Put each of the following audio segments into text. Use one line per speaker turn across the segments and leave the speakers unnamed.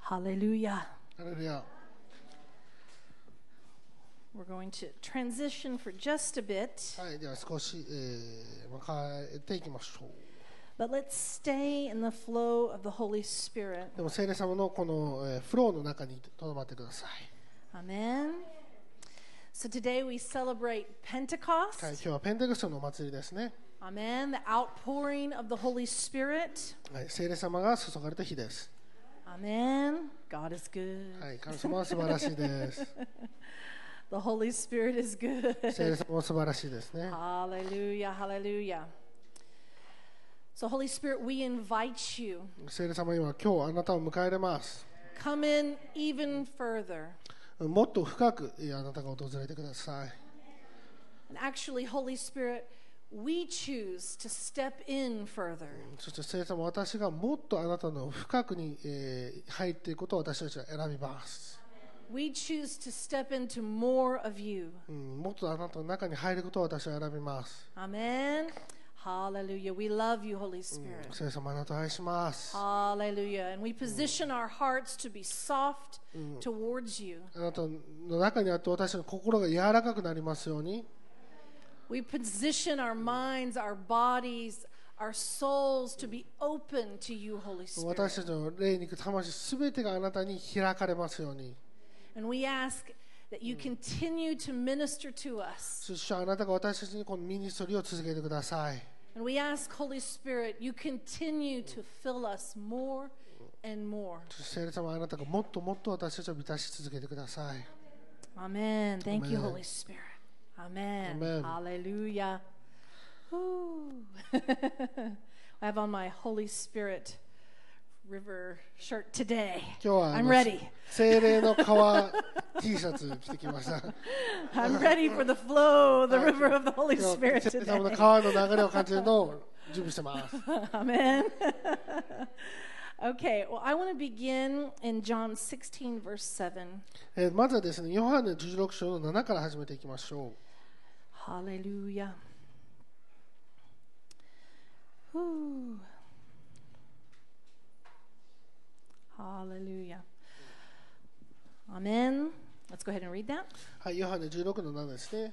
ハレルヤ。
ハレルヤ
We're going to transition for just a bit,
はい、では少し、えーまあ変えていきましょう。
but let's stay in the flow of the Holy Spirit.
でも聖霊様のこの、えーフローの中にとどまってください。
Amen. So today we celebrate
はい、
Pentecost.
今日はペンテコステのお祭りですね。
Amen. The outpouring of the Holy Spirit.
はい、聖霊様が注がれた日です。
Amen. God is good.
はい、神様は素晴らしいです。
The Holy Spirit is good.
聖霊様も素晴らしいですね。
Hallelujah. Hallelujah. So, Holy Spirit, we invite you.
聖霊様今今日あなたを迎え入れます。
Come in even further.
もっと深くえーあなたが訪れてください。
And actually, Holy Spirit, we choose to step in further.
そして聖霊様私がもっとあなたの深くに、えー入っていくことを私たちは選びます。
We choose to step into more of you.
うん、もっとあなたの中に入ることを私は選びます。
Amen. Hallelujah. We love you, Holy Spirit.
聖霊様あなたを愛します。あ
Hallelujah. And we position our hearts to be soft towards you.
なたの中にあって私の心が柔らかくなりますように。
We position our minds, our bodies, our souls to be open to you, Holy
私
Spirit.
たちの霊肉魂すべてがあなたに開かれますように。
And we ask that you continue to minister to us.
そしてあなたが私たちにこのミニストリーを続けてください。
And we ask, Holy Spirit, you continue to fill us more and more.
そして聖霊様あなたがもっともっと私たちを満たし続けてください。
Amen. Thank you,
Amen.
Holy Spirit. Amen.
Amen.
Hallelujah. Whew. I have on my Holy Spirit River shirt today.
今日はあ
I'm
の
ready.
精霊の川 T シャツ着てきました。
I'm ready for the flow, the
Uh,
river of the Holy
今日
Spirit
精霊様の
today.
川の流れを感じるのを準備してます。
Amen. okay, well, I want to begin in John 16, verse 7.
えーまずはですね、ヨハネ16章の7から始めていきましょ
Hallelujah. Whew. Hallelujah. Amen. Let's go ahead and read that.
う。はい、ヨハネ16の7ですね。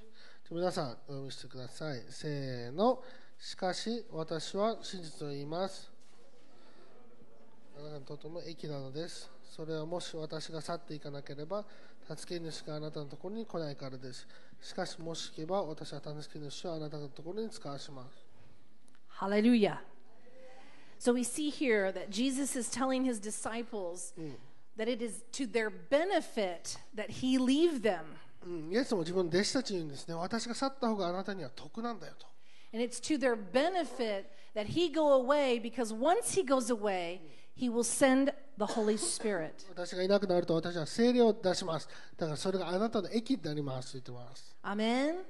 じゃあ皆さん、お読みしてください。せーの。しかし、私は真実を言います。あなたにとっても益なのです。それはもし私が去っていかなければ、助け主があなたのところに来ないからです。しかし、もし行けば、私は助け主をあなたのところに使わします。
Hallelujah. So we see here that Jesus is telling his disciples that it is to their benefit that he leave them.
うん、イエスも自分の弟子たちに言うんですね、私が去った方があなたには得なんだよと。
And it's to their benefit that he go away because once he goes away, he will send the Holy Spirit.
私がいなくなると私は精霊を出します。だからそれがあなたの益になりますと言ってます。
Amen.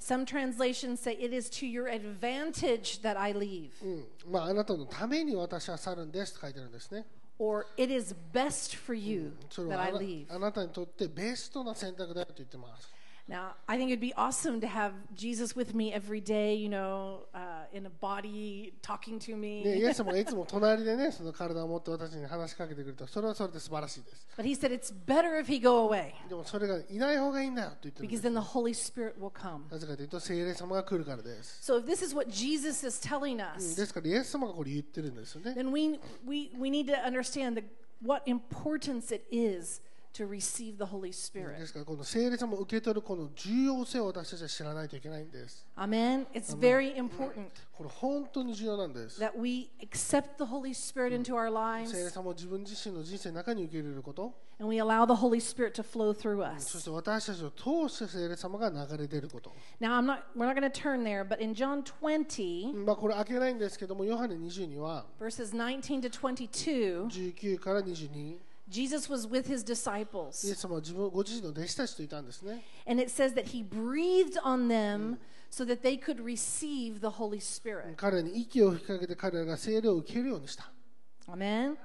Some translations say it is to your advantage that I leave,
うん。まああなたのために私は去るんですと書いてあるんですね。
or it is best for you
それ
that
は
Mm,
あ
I
な
leave.
あなたにとってベストな選択だよと言ってます。
Now, I think it'd be awesome to have Jesus with me every day, you know, uh, in a body talking to
ね、イ
me.
エス様はいつも隣でね、 その体を持って私に話しかけてくると、それはそれで素晴らしいです。
But he said it's better if he go away
でもそれがいない方がいいんだよと言ってるんで
because
す。
then the Holy Spirit will come.
なぜかというと精霊様が来るからです。
So if this is what Jesus is telling
うん
us,
ですからイエス様がこれ言ってるんですよね。
then we, we, we need to understand the, what importance it is to receive the Holy
で
Spirit.
すからこの精霊様を受け取るこの重要性を私たちは知らないといけないんです。
Amen. It's very important
これ本当に重要なんです。
that we accept the Holy Spirit into our
聖霊
lives
様を自分自身の人生の中に受け入れること、
and we allow the Holy Spirit to flow through
そし
us.
て私たちを通して聖霊様が流れ出ること。
Now, I'm not, we're not going to turn there, but in John 20,
まあ、これ開けないんですけども、ヨハネ20には
verses 19 to 22,
19から22、イ
Jesus was with his
エ
disciples,
ス様は自分ご自身の弟子たちといたんですね。
and it says that he breathed on them so that they could receive the Holy Spirit.
彼に息を吹きかけて彼らが聖霊を受けるようにした。
Mm. Amen.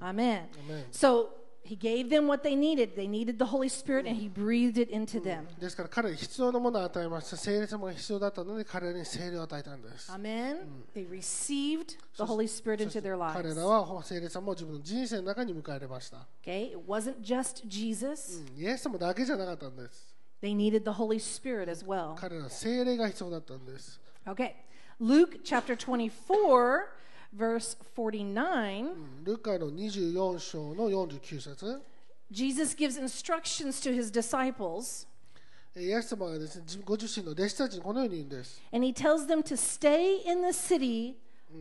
Amen.
Amen.
So He gave them what they needed. They needed the Holy Spirit, and He breathed it into them.
ですから彼に必要なものを与えました聖霊様が必要だったので彼らに聖霊を与えたんです
Amen. They received the Holy Spirit
そし
into
て
their
彼
lives.
らは聖霊様を自分の人生の中に迎え入れました
Okay, it wasn't just Jesus.
イエス様だけじゃなかったんです
They needed the Holy Spirit as well.
彼らは聖霊が必要だったんです
Okay. Luke chapter 24 verse 49,
ルカの24章の49節
Jesus gives instructions to his disciples
えーイエス様がですね自ご自身の弟子たちにこのように言うんです
and he tells them to stay in the city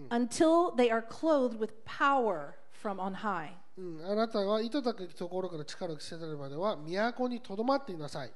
until they are clothed with power from on high.
うん、あなたは糸高きところから力を着せられるまでは都にとどまっていなさい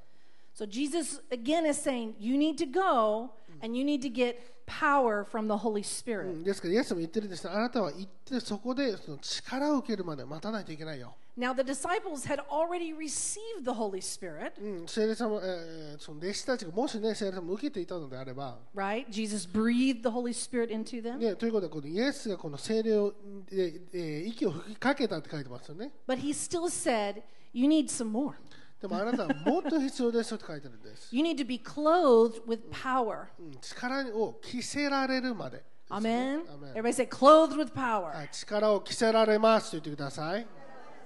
So Jesus again is saying, you need to go and you need to get power from the Holy
う
Spirit.
んですからイエス様言ってるんですねあなたは行ってそこでその力を受けるまで待たないといけないよ、
Now the disciples had already received the Holy Spirit,
うん、聖霊様、えーその弟子たちがもしね聖霊様を受けていたのであれば
right? Jesus breathed the Holy Spirit into them.
ね、ということはこのイエスがこの聖霊を、ええー息を吹きかけたって書いてますよね
But he still said, You need some more.
でもあなたはもっと必要ですよって書いてるんです、
You need to be clothed with power.
うん、力を着せられるまで
Amen.
Amen.
Everybody say, clothed with
は
power.
い力を着せられますと言ってください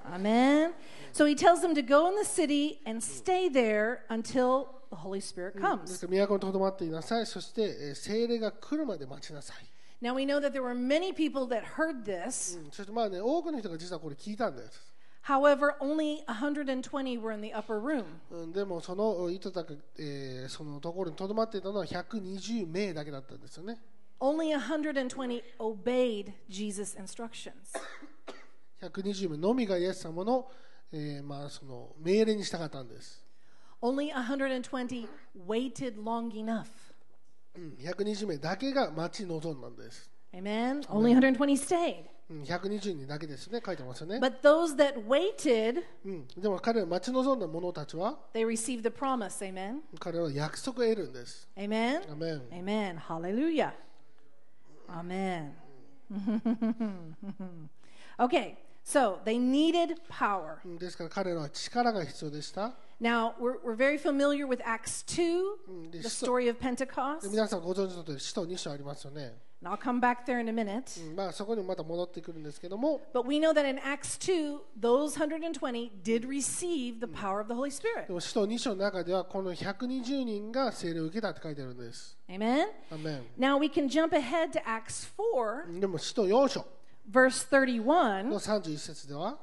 Amen. So he tells them to go in the city and stay there until the Holy Spirit
です
comes.
から都にとどまっていなさいそして、えー聖霊が来るまで待ちなさい
Now we know that there were many people that heard this.
うんそしてまあね多くの人が実はこれ聞いたんです、
However, only 120 were in the upper room.
うん、でもそのうん糸高く、えーそのところにとどまっていたのは120名だけだったんですよね
Only 120 obeyed Jesus' instructions.
120名のみがイエス様の,、えーまあ、その命令に従ったんです、
Only 120 waited long enough.
うん、120名だけが待ち望んだんです、
Amen. Only 120 stayed.
うん、120人だけですね書いてますよね、
But those that waited,
うん、でも彼ら待ち望んだ者たちは
they received the promise. Amen.
彼らは約束を得るんです、
Amen.
アメン
Amen. Hallelujah. Amen. okay, so they needed power.
うんですから彼らは力が必要でした、
Now, we're, we're very familiar with Acts 2,
this
the
is-
story of Pentecost.
で
And
皆さんご存知の通り使徒2章ありますよね、
I'll come back there in a minute.
うんまあ、そこにまた戻ってくるんですけども
But we know that in Acts 2, those 120 did receive the power of the Holy Spirit.
でも使徒2章の中ではこの120人が聖霊を受けたって書いてあるんです。
Amen.
アメ
Now, we can jump ahead to Acts 4,
ンでも使徒4章
verse 31.
の31節では、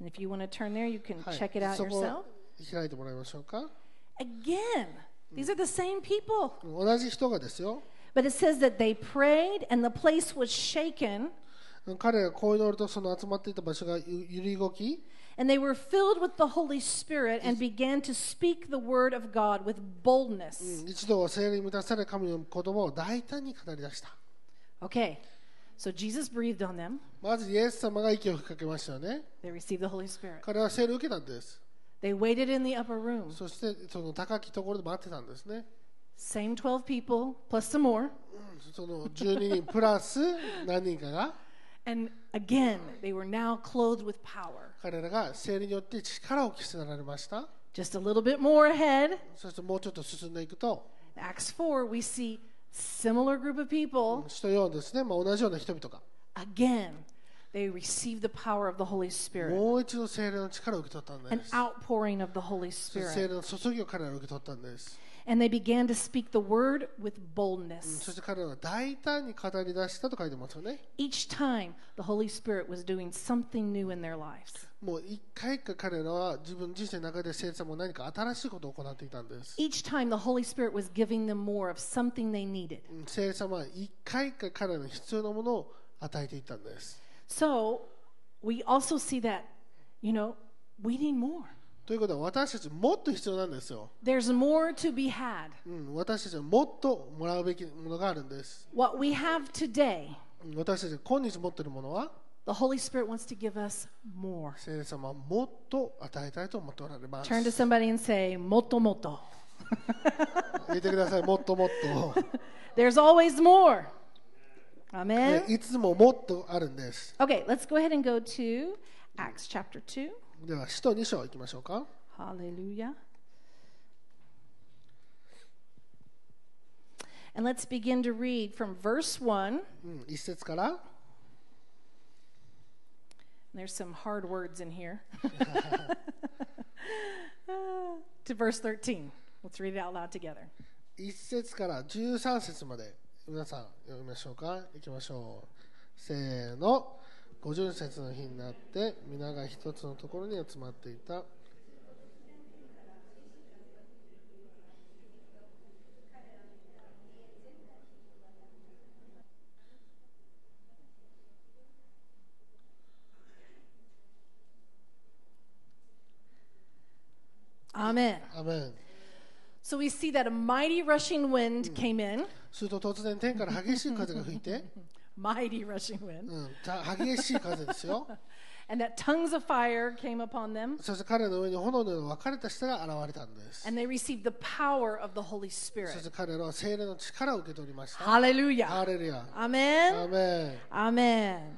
And if you want to turn there, you can
はい
check it out
そこ
yourself.
を開いてもらいましょうか。
Again, these are the same people.
同じ人がですよ、
But it says that they prayed and the place was shaken,
彼らがこう祈るとその集まっていた場所がゆ揺り動き、
and they were filled with the Holy Spirit and began to speak the word of God with boldness.
一度は聖霊に満たされ神の言葉を大胆に語り出した。
Okay, so Jesus breathed on them.
まずイエス様が息を吹きかけましたよね。
They received the Holy Spirit.
彼は聖霊を受けたんです。
They waited in the upper room.
そしてその高きところで待ってたんですね。
Same 12 people, plus some more.
その12人プラス何人かが
And again, they were now clothed with power.
彼らが聖霊によって力を着せられました。
Just a little bit more ahead,
そしてもうちょっと進んでいくと、
Acts 4, we see similar group of people
使徒4ですね、まあ、同じような人々が、
again. They receive the power of the Holy Spirit,
もう一度聖霊の力を受け取ったんで
an
す。
outpouring of the Holy
そして聖
Spirit.
霊の注ぎを彼らは受け取ったんです。
And they began to speak the word with
そ
boldness.
して彼らは大胆に語り出したと書いてますよね。
Each time, the Holy Spirit was doing something new in their lives.
もう一回一回彼らは自分の人生の中で聖霊様は何か新しいことを行っていたんです。
Each time, the Holy Spirit was giving them more of something they needed.
うん聖霊様は一回一回彼らの必要なものを与えていったんです。
So, we also see that, you know, we need more.
ということは私たちもっと必要なんですよ。
There's more to be had.
うん、私たちはもっともらうべきものがあるんです。
What we have today,
うん私たちが今日持っているものは
the Holy Spirit wants to give us more.
聖霊様はもっと与えたいと思っておられます。
Turn to somebody and say, Moto Moto.
言ってください、もっともっと。
There's always more.
ね
Amen.
いつももっとあるんです。
Okay, let's go ahead and go to Acts chapter 2.
では、使徒2章行きましょうか。
Hallelujah. And let's begin to read from verse 1. And
うん、一節から、
there's some hard words in here. to verse 13. Let's read it out loud together.
1節から13節まで皆さん読みましょうかいきましょうせーの50節の日になって皆が一つのところに集まっていたア
Amen.
ーメン
So we see that a mighty rushing wind came in.
すると突然天から激しい風が吹いて、
Mighty rushing wind.
うん、た激しい風ですよ
And that tongues of fire came upon them.
そして彼の上に炎のような分かれた舌が現れたんです
And they received the power of the Holy
そし
Spirit.
て彼らは精霊の力を受け取りましたハ
Hallelujah.
レルヤア
Amen.
ーメ
Amen.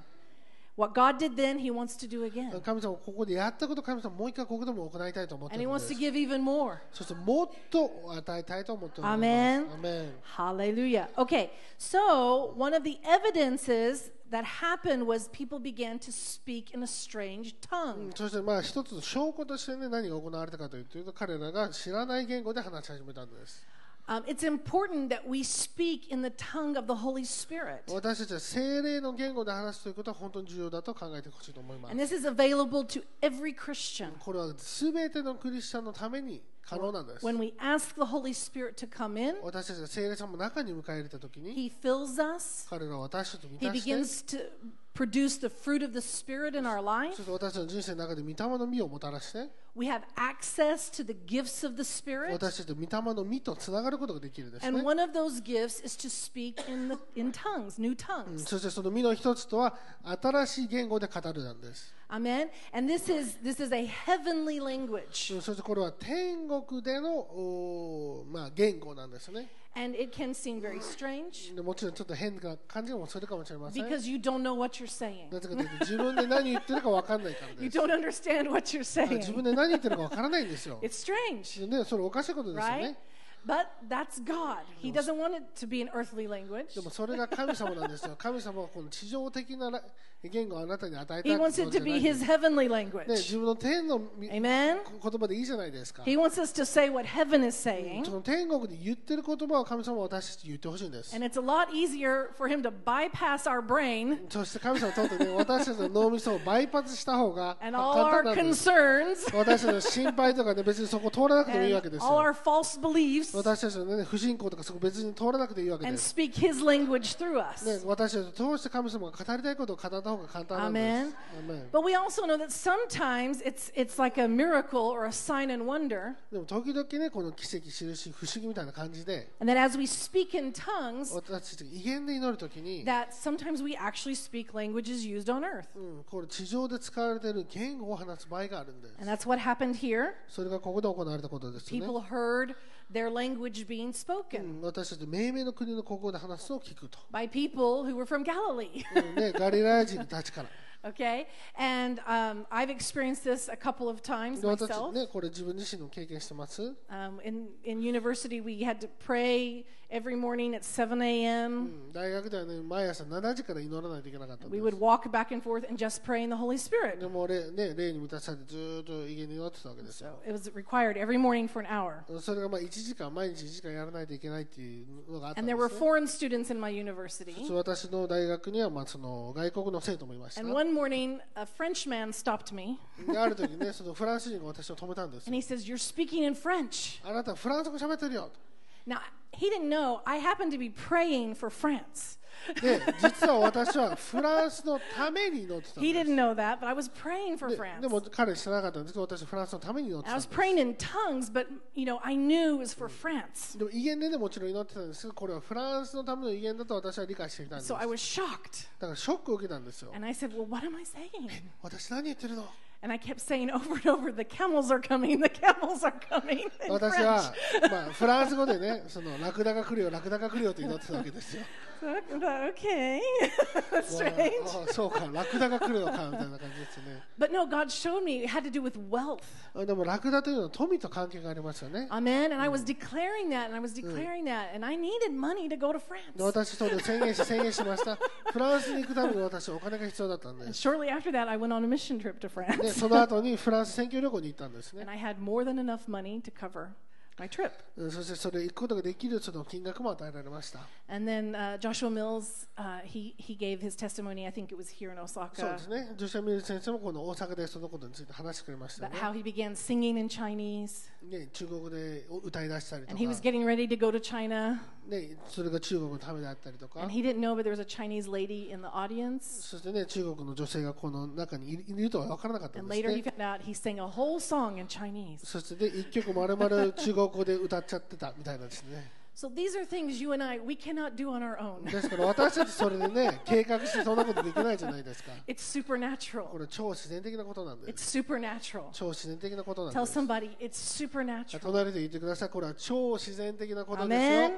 What God did then, He wants to do
ン
again.
神様ここでやったこと神様もう一回ここでも行いたいと思って
And
い
He
るんで
wants to
す
give even more.
そしてもっと与えたいと思っております。
アメン
アメン
Hallelujah. Okay, so one of the evidences that happened was people began to speak in a strange tongue.
そしてまあ一つの証拠としてね何が行われたかというと彼らが知らない言語で話し始めたんです。
Um, it's important that we speak in the tongue of the Holy Spirit.
私たちは精霊の言語で話すということは本当に重要だと考えてほしいと思います
And。this is available to every Christian
これは全てのクリスチャンのために可能なんです。
when we ask the Holy Spirit to come in.
私たちが精霊様を中に迎え入れたときに
He fills us.
彼らは私たちと満
He
たして、
begins to produce the fruit of the Spirit in our
そ
life.
して私たちの人生の中で御霊の実をもたらして、
We have access to the gifts of the Spirit.
私たちと御霊の実とつながることができるんですね
And。one of those gifts is to speak in, the, in tongues, new tongues.
そしてその実の一つとは新しい言語で語るなんです。
Amen. And this is, this is a heavenly language.
そしてこれは天国での、おーまあ、言語なんですね
And it can seem very strange
で。もちろんちょっと変な感じもするかもしれません。なぜ
because you don't know what you're saying.
かというと自分で何言ってるか分かんないから
You
です。
don't understand what you're
自
saying.
分で何言ってるか分からないんです よ。
It's strange,
ね、それおかしいことですよ
right?
ね。
But that's God. He doesn't want it to be an earthly language.
でもそれが神様なんですよ。 神様はこの地上的なら言語をあなたに与えた
He
の
wants
じゃ
it to
な
be
いんです
His heavenly
ね、
language.
自分の天のみ
Amen.
言葉でいいじゃないですか。
He wants us to say what heaven is saying.
その天国で言ってる言葉を神様は私たちに言ってほしいんです。
And it's a lot easier for Him to bypass our brain
そして神様にとってね、 私たちの脳みそをバイパスした方が
and
簡
all our
単なんです。
concerns
私たちの心配とかね、別にそこ通らなくてもいいわ け
and
です
all
よ。
our false beliefs
私たちのね、不信仰とかそこ別に通らなくていいわけで
and
す。
speak His language through
ね
us.、
私たちを通して神様が語りたいことを語った方が簡単なんです。アメン
But we also know that sometimes it's, it's like a miracle or a sign and wonder,
でも時々ね、この奇跡、印、不思議みたいな感じで、
and that as we speak in tongues,
私たち威厳で祈るときに、
that sometimes we actually speak languages used on earth.
うん、これ地上で使われている言語を話す場合があるんで
And that's what happened here.
す。それがここで行われたことですね。
People heard their language being
う
spoken
ん私たち命名の国の国語で話すのを聞くと。
by people who were from Galilee.
ね、 ガリラヤ人たちから。
okay? And um, I've experienced this a couple of times
で私
myself.
ね、これ自分自身の経験してます。
Um, in, in university, we had to pray every morning at 7 a.m.
うん大学ではね、毎朝7時から祈らないといけなかったんで
We
す。
would walk back and forth and just pray in the Holy Spirit.
でも俺、ね、霊に満たされてずーっと家に祈ってたわけですよ。
So it was required every morning for an hour.
それがまあ1時間、毎日1時間やらないといけないっていうのがあったん
And
で
there were
す、ね。
foreign students in my university.
そう私の大学にはまあその外国の生徒もいました。
And one morning, a French man stopped me
である時ね、そ のフランス人が私を止めたんですよ
and he says, You're speaking in French.
あなたフランス語喋ってるよ
Now, he didn't know I happened to be praying for France.
と。で、実は私はフランスのために祈ってた ん
He
です。
didn't know that, but I was praying for
で
France.
でも彼知らなかったんですけど、私フランスのために祈って
And I
た
was
んです。
praying in tongues, but you know, I knew it was for France.
でも威厳でねもちろん祈ってたんですけどこれはフランスのための威厳だと私は理解していたんです
So
だ
I
か
was shocked.
らショックを受けたんですよ
And I said, Well, what am I saying?
私何言ってるの
And I kept saying over and over, The camels are coming, the camels are coming. In
私
French.
は、まあ、フランス語でねそのラクダが来るよラクダが来るよって祈ってたわけですよ
talking about, okay.
わ
Strange.
あそうか、ラクダが来るのかみたいな感じですね。
But no, God showed me it had to do with wealth.
でもラクダというのは富と関係がありますよね。
Amen. And I was declaring that, and I was declaring that, and I needed money to go to
で
France.
私そうで宣言し宣言し ました。フランスに行くために私お金が必要だったんで
And。shortly after that, I went on a mission trip to
で
France,
その後にフランス選挙旅行に行ったんですね
and。I had more than enough money to cover my trip.
うんそしてそれ行くことができるその金額も与えられました。
And then uh, Joshua Mills, uh, he he gave his testimony. I think it was here in
そう
Osaka
ですね。女子ミル先生もこの大阪でそのことについて話してくれましたよ
about
ね。
how he began singing in Chinese,
ね中国語で歌い出したりと
and he
か
was、getting ready to go to China,
ね、それが中国のためであったりとか
and、he didn't know, but there was a Chinese lady in the audience.
そしてね中国の女性がこの中にいいるとは分からなかったん
And
です
later he
ね。
found out he sang a whole song in Chinese.
そしてで一曲まるまる中国語で歌っちゃってたみたいなんですね。
So these are things you and I we cannot do on our own.
ですから私たちそれでね計画してそんなことできないじゃないですか。
It's
こ
supernatural.
れ超自然的なことなんで
It's
す。
supernatural.
超自然的なことなん
Tell
です。
somebody it's supernatural.
隣で言ってください。これは超自然的なことですよ
Amen.。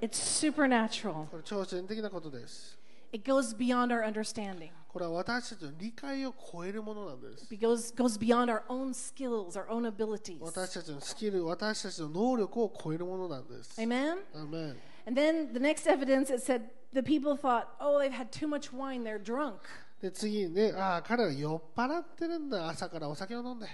It's supernatural.
これ超自然的なことです。
It goes beyond our understanding.
これは私たちの理解を超えるものなんです。
It goes goes beyond our own skills, our own abilities.
私たちのスキル、私たちの能力を超えるものなんです。
Amen.
アーメン
And then the next evidence it said the people thought, "Oh, they've had too much wine, they're drunk."
で次にね、ああ、彼ら酔っ払ってるんだ、朝からお酒を飲んで。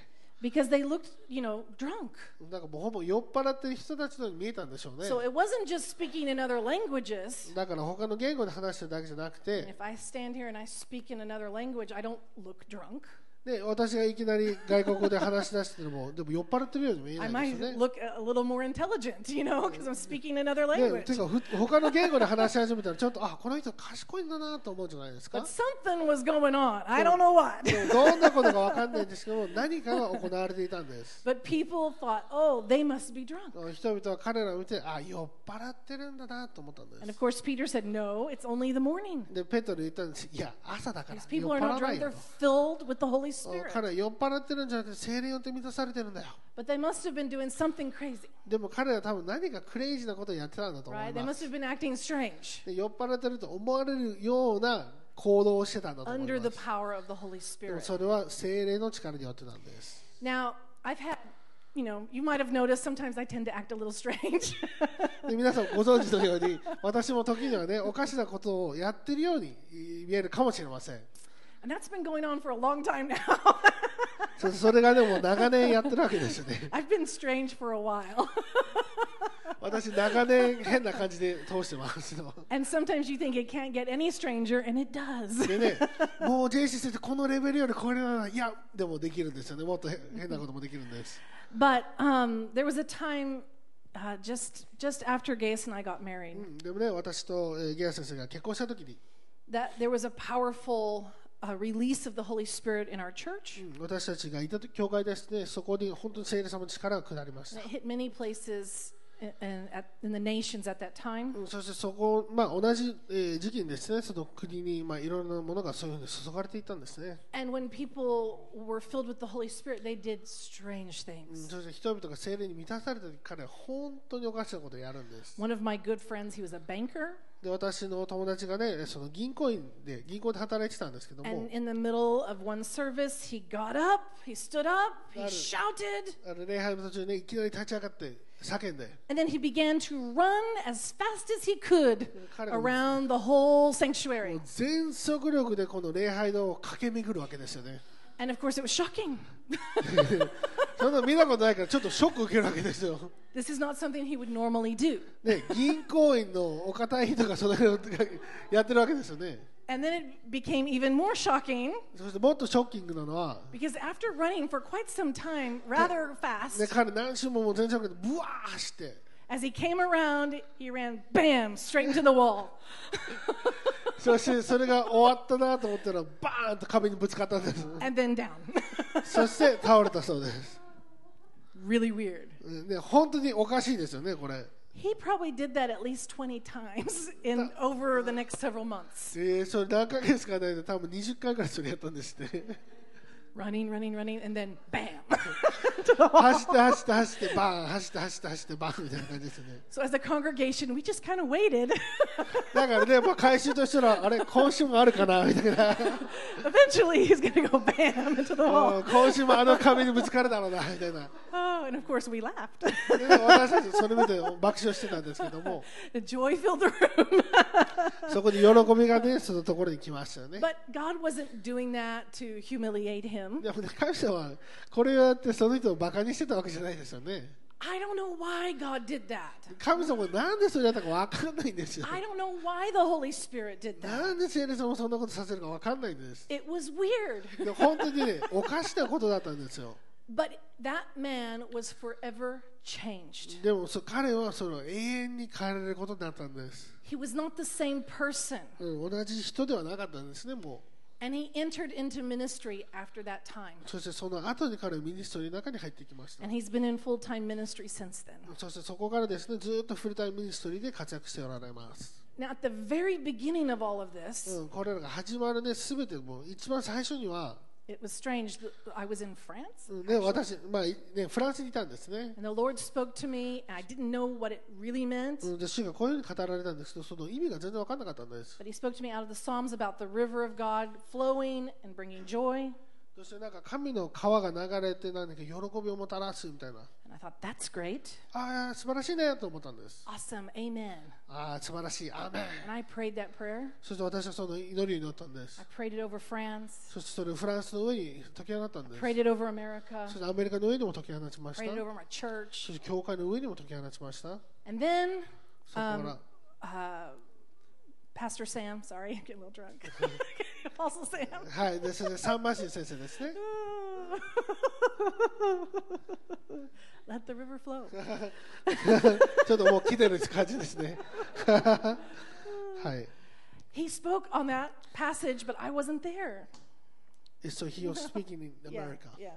Because they looked, you know, drunk.
なんかもうほぼ酔っ払ってる人たちのように見えたんでしょうね。
So it wasn't just speaking in other languages.
だから他の言語で話してるだけじゃなくて、
If I stand here and I speak in another language, I don't look drunk.
で私がいきなり外国語で話し出しても、 でも酔っ払ってるように見え
I
ないん
might
ですよね。
look a- a little more intelligent, you know, because I'm speaking another
で
language.
てかふ他の言語で話し始めたらちょっとあ この人賢いんだなと思うじゃないですか
But something was going on. I don't know what.
どんなことかわかんないんですけども何かが行われていたんです
But people thought, oh, they must be drunk.
人々は彼らを見てあ酔っ払ってるんだなと思ったん
And of
です
course, Peter said, no, it's only the morning.
でペトロ言ったんですいや朝だから
These
酔っ
people are
払
not
わない
drunk,
よ
they're filled with the Holy
と
Spirit.
彼は酔っ払ってるんじゃなくて精霊によって満たされてるんだよ
But they must have been doing something crazy,
でも彼らは多分何かクレイジーなことをやってたんだと思い
right? They
ま
must
す
have been acting strange
で酔っ払ってると思われるような行動をしてたんだと思
under
い
the
ます
power of the Holy
でも
Spirit.
それは精霊の力によってなんです
Now, I've had, you know, you might have noticed sometimes I tend to act a little strange.
で皆さんご存知のように私も時には ねおかしなことをやってるように見えるかもしれません
and that's been going on for a long time now.
そそれがでも長年やってるわけですよね
I've been strange for a while.
私長年変な感じで通してますよ
And sometimes you think it can't get any stranger, and it does.
でねもうジェイシー先生このレベルより超えるならいやでもできるんですよねもっと変変なこともできるんです
But um, there was a time uh, just just after Gaius and I got married
うんでもね私とえーゲア先生が結婚した時に
that there was a powerful uh, release of the Holy Spirit in our church.
うん私たちがいた教会ですねそこに本当に聖霊様の力が下りました
It hit many places in, in, at, in the nations at that time.
うんそしてそこ、まあ、同じ、えー時期にですねその国に、まあ、いろいろなものがそういうふうに注がれていったんですね、
And when people were filled with the Holy Spirit, they did strange
うん
things.
そして人々が精霊に満たされた時彼は本当におかしなことをやるんです
One of my good friends, he was a banker,
で私の友達がねその銀行員で銀行で働いてたんですけども
and in the middle of one service, he got up, he stood up, he
Claro.
shouted.
あの礼拝の途中にねいきなり立ち上がって叫んで
And then he began to run as fast as he could
Claro.
around the whole sanctuary.
全速力でこの礼拝堂を駆け巡るわけですよね
And of course, it was shocking.
そんなの見たことないからちょっとショック受けるわけですよ
this is not something he would normally do.
ね銀行員のお堅い人がそれをやってるわけですよね
And then it became even more shocking
そしてもっとショッキングなのは、
because after running for quite some time, rather
ね、
fast,
彼何周ももう全速力でブワー走って
as he came around, he ran bam straight into the wall.
そしてそれが終わったなと思ったらバーンと壁にぶつかったんです
and then down.
そして倒れたそうです
really weird.
ね本当におかしいですよねこれ、
He probably did that at least 20 times in over the next several months.
えーそれ何ヶ月かないで多分20回ぐらいそれやったんですって
Running, running, running, and then bam.
走って走って走ってバーン走って走って走ってバーンみたいな感じですよね
So as a congregation, we just kind of waited.
だからね、まあ、回収としたらあれ今週もあるかなみたいな
Eventually, he's going to go bam into the
うん
wall.
今週もあの壁にぶつかるだろうなみたいな
Oh, and of course, we laughed.
で私たちそれ見て爆笑してたんですけども
The joy filled the room.
そこに喜びがねそのところに来ましたよね
But God wasn't doing that to humiliate him.
でもね神様はこれをやってその人をバカにしてたわけじゃないですよね
I don't know why God did that.
神様なんでそれやったか分かんないんですよ
I don't know why the Holy Spirit did that.
なんで聖霊様をそんなことさせるか分かんないんです
It was weird.
で本当にねおかしなことだったんですよ
But that man was forever changed.
でもそ彼はその永遠に変えられることになったんです、
He was not the same person.
うん、同じ人ではなかったんですねも
And he entered into ministry after that time.
うそしてその後に彼はミニストリーの中に入ってきました
And he's been in full time ministry since then.
そしてそこからですねずっとフルタイムミニストリーで活躍しておられます、
Now, at the very beginning of all of this,
うん、これらが始まるね全てもう一番最初には、
it was strange. that I was in France,
うんね、私、まあいね、フランスにいたんですね、
and the Lord spoke to me, and I didn't know what it really meant.
うん、で主がこういうふうに語られたんですけどその意味が全然分かんなかったんです、
But he spoke to me out of the Psalms about the river of God flowing and bringing joy.
そしてなんか神の川が流れてなんだっけ喜びをもたらすみたいな
And I thought, that's great.
ああ素晴らしいねと思ったんです
Awesome. Amen.
ああ素晴らしいアーメン
And I prayed that prayer.
そして私はその祈りに乗ったんで
I
す
prayed it over France,
そしてそれをフランスの上に解き放ったんです
prayed it over America,
そしてアメリカの上にも解き放ちました
prayed it
そ
over my church.
して教会の上にも解き放ちました
And then
そこか
uh,
ら、
Pastor Sam, sorry, I'm getting a little drunk. Apostle Sam.
はいでそれでサンマーシン先生ですね
Let the river flow.
ちょっともう来てる感じですね はい
He spoke on that passage, but I wasn't there.
So he was speaking in
Yeah,
America
yeah.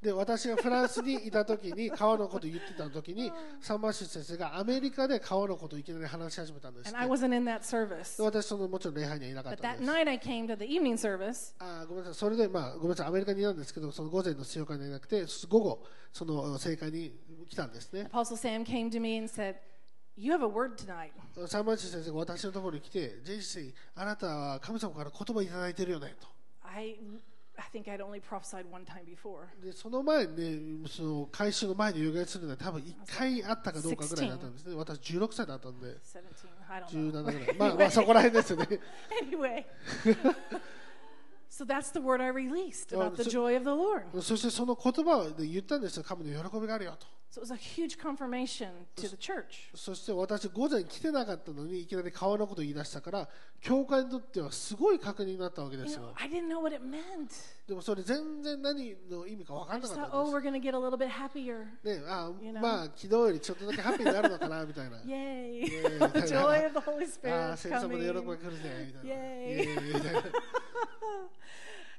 で私がフランスにいた時に川のこと言ってた時にサンマーシン先生がアメリカで川のことをいきなり話し始めたんです
And
って
I wasn't in that service.
で私そのもちろん礼拝にはいなかっ
But
たん
that
です
night I came to the evening service,
あーごめんなさい、それで、まあ、ごめんなさい、アメリカにいたんですけど、その午前の使用会にいなくて、そ午後、その正会に来たんですね。
Apostle Sam came to me and said, You have a word tonight.
サンマンチュ先生が私のところに来て、ジェイシー、あなたは神様から言葉いただいてるよね
I, I think I'd only prophesied one time before.
と。で、その前にね、その回収の前に予言するのは多分1回あったかどうかぐらいだったんですね。私16歳だったんで、
17, I don't know.
17ぐらい。まあ、まあ、そこら辺ですよ ね。
Anyway. so that's the word I released
Oh,
about the
so-
joy of the Lord.
そしてその言葉を、ね、言ったんですよ。神の喜びがあるよと。
So it was a huge confirmation to the church.
そして私、午前来てなかったのに、いきなり川のことを言い出したから、教会にとってはすごい確認になったわけで
You
す
know,
よ。
I didn't know what it meant.
でもそれ全然何の意味か分か
I
んな
just
か
thought,
ったん
oh,
で
we're going to get a little bit happier.
す。ね、あ
you know?
まあ、昨日よりちょっとだけハッピーになるのかなみたい な。
Yay.
Yay.
the joy of the Holy
あ
Spirit
あ、聖様の喜び
coming.
が来るぜ、 みたい
Yay.
な。イエーイみたいな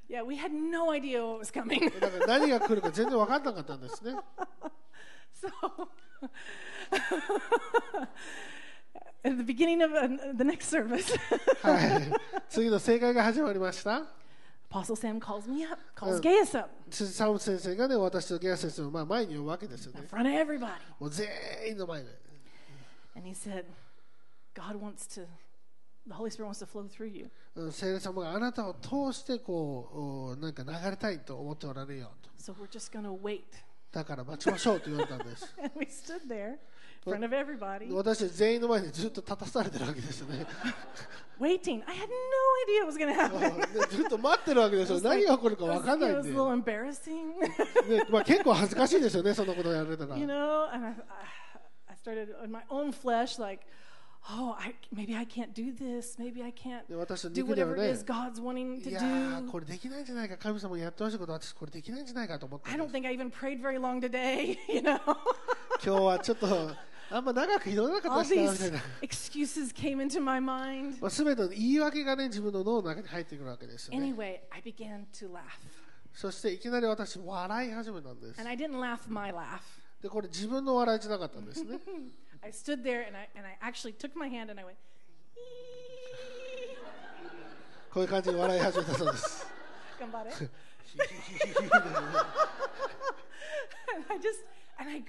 Yeah, we had no idea what was coming.
だから何が来るか全然分かんなかったんですね。
So, at the beginning of uh, the next service,
はい。次の正解が始まりました。
Apostle Sam calls me up, calls
Oh.
Gaius up
サム先生がね、私とゲア先生をまあ前に呼ぶわけですよ
in
ね。
front of everybody.
もう全員の前で。
And he said, God wants to, the Holy Spirit wants to flow through you.
うん聖霊様があなたを通してこうおなんか流れたいと思っておられるよと
So we're just going to wait.
だから待ちましょうと言われたんです
And we stood there in front of everybody,
私たち全員の前にずっと立たされてるわけですよね
waiting. I had no idea what was going to
あ
happen.
でずっと待ってるわけですよ
It was like-
何が起こるか
It
分かん
was,
ない
it
ん
was a
で、
little embarrassing,
ねまあ、結構恥ずかしいですよねそんなことやられたら
you know? And I, I- I started in my own flesh, like, oh, I, maybe I can't do this. Maybe I can't
で私の
do
肉では
whatever it
ね
is God's wanting
い
to
やー
do.
これできないんじゃないか神様にやってほしいこと私これできないんじゃないかと思って
I
今
don't think I even prayed very long today, you know?
日はちょっとあんま長く祈らなかっ
All
たしなみた
these
いな
excuses came into my mind.
まあ全ての言い訳がね自分の脳の中に入ってくるわけですよね
Anyway, I began to laugh.
そしていきなり私笑い始めたんです
And I didn't laugh my laugh.
でこれ自分の笑いじゃなかったんで すね
I stood there and I, and I actually took my hand and I went,
こういう感じで笑い 始
eh?
めたそうです
Gambare.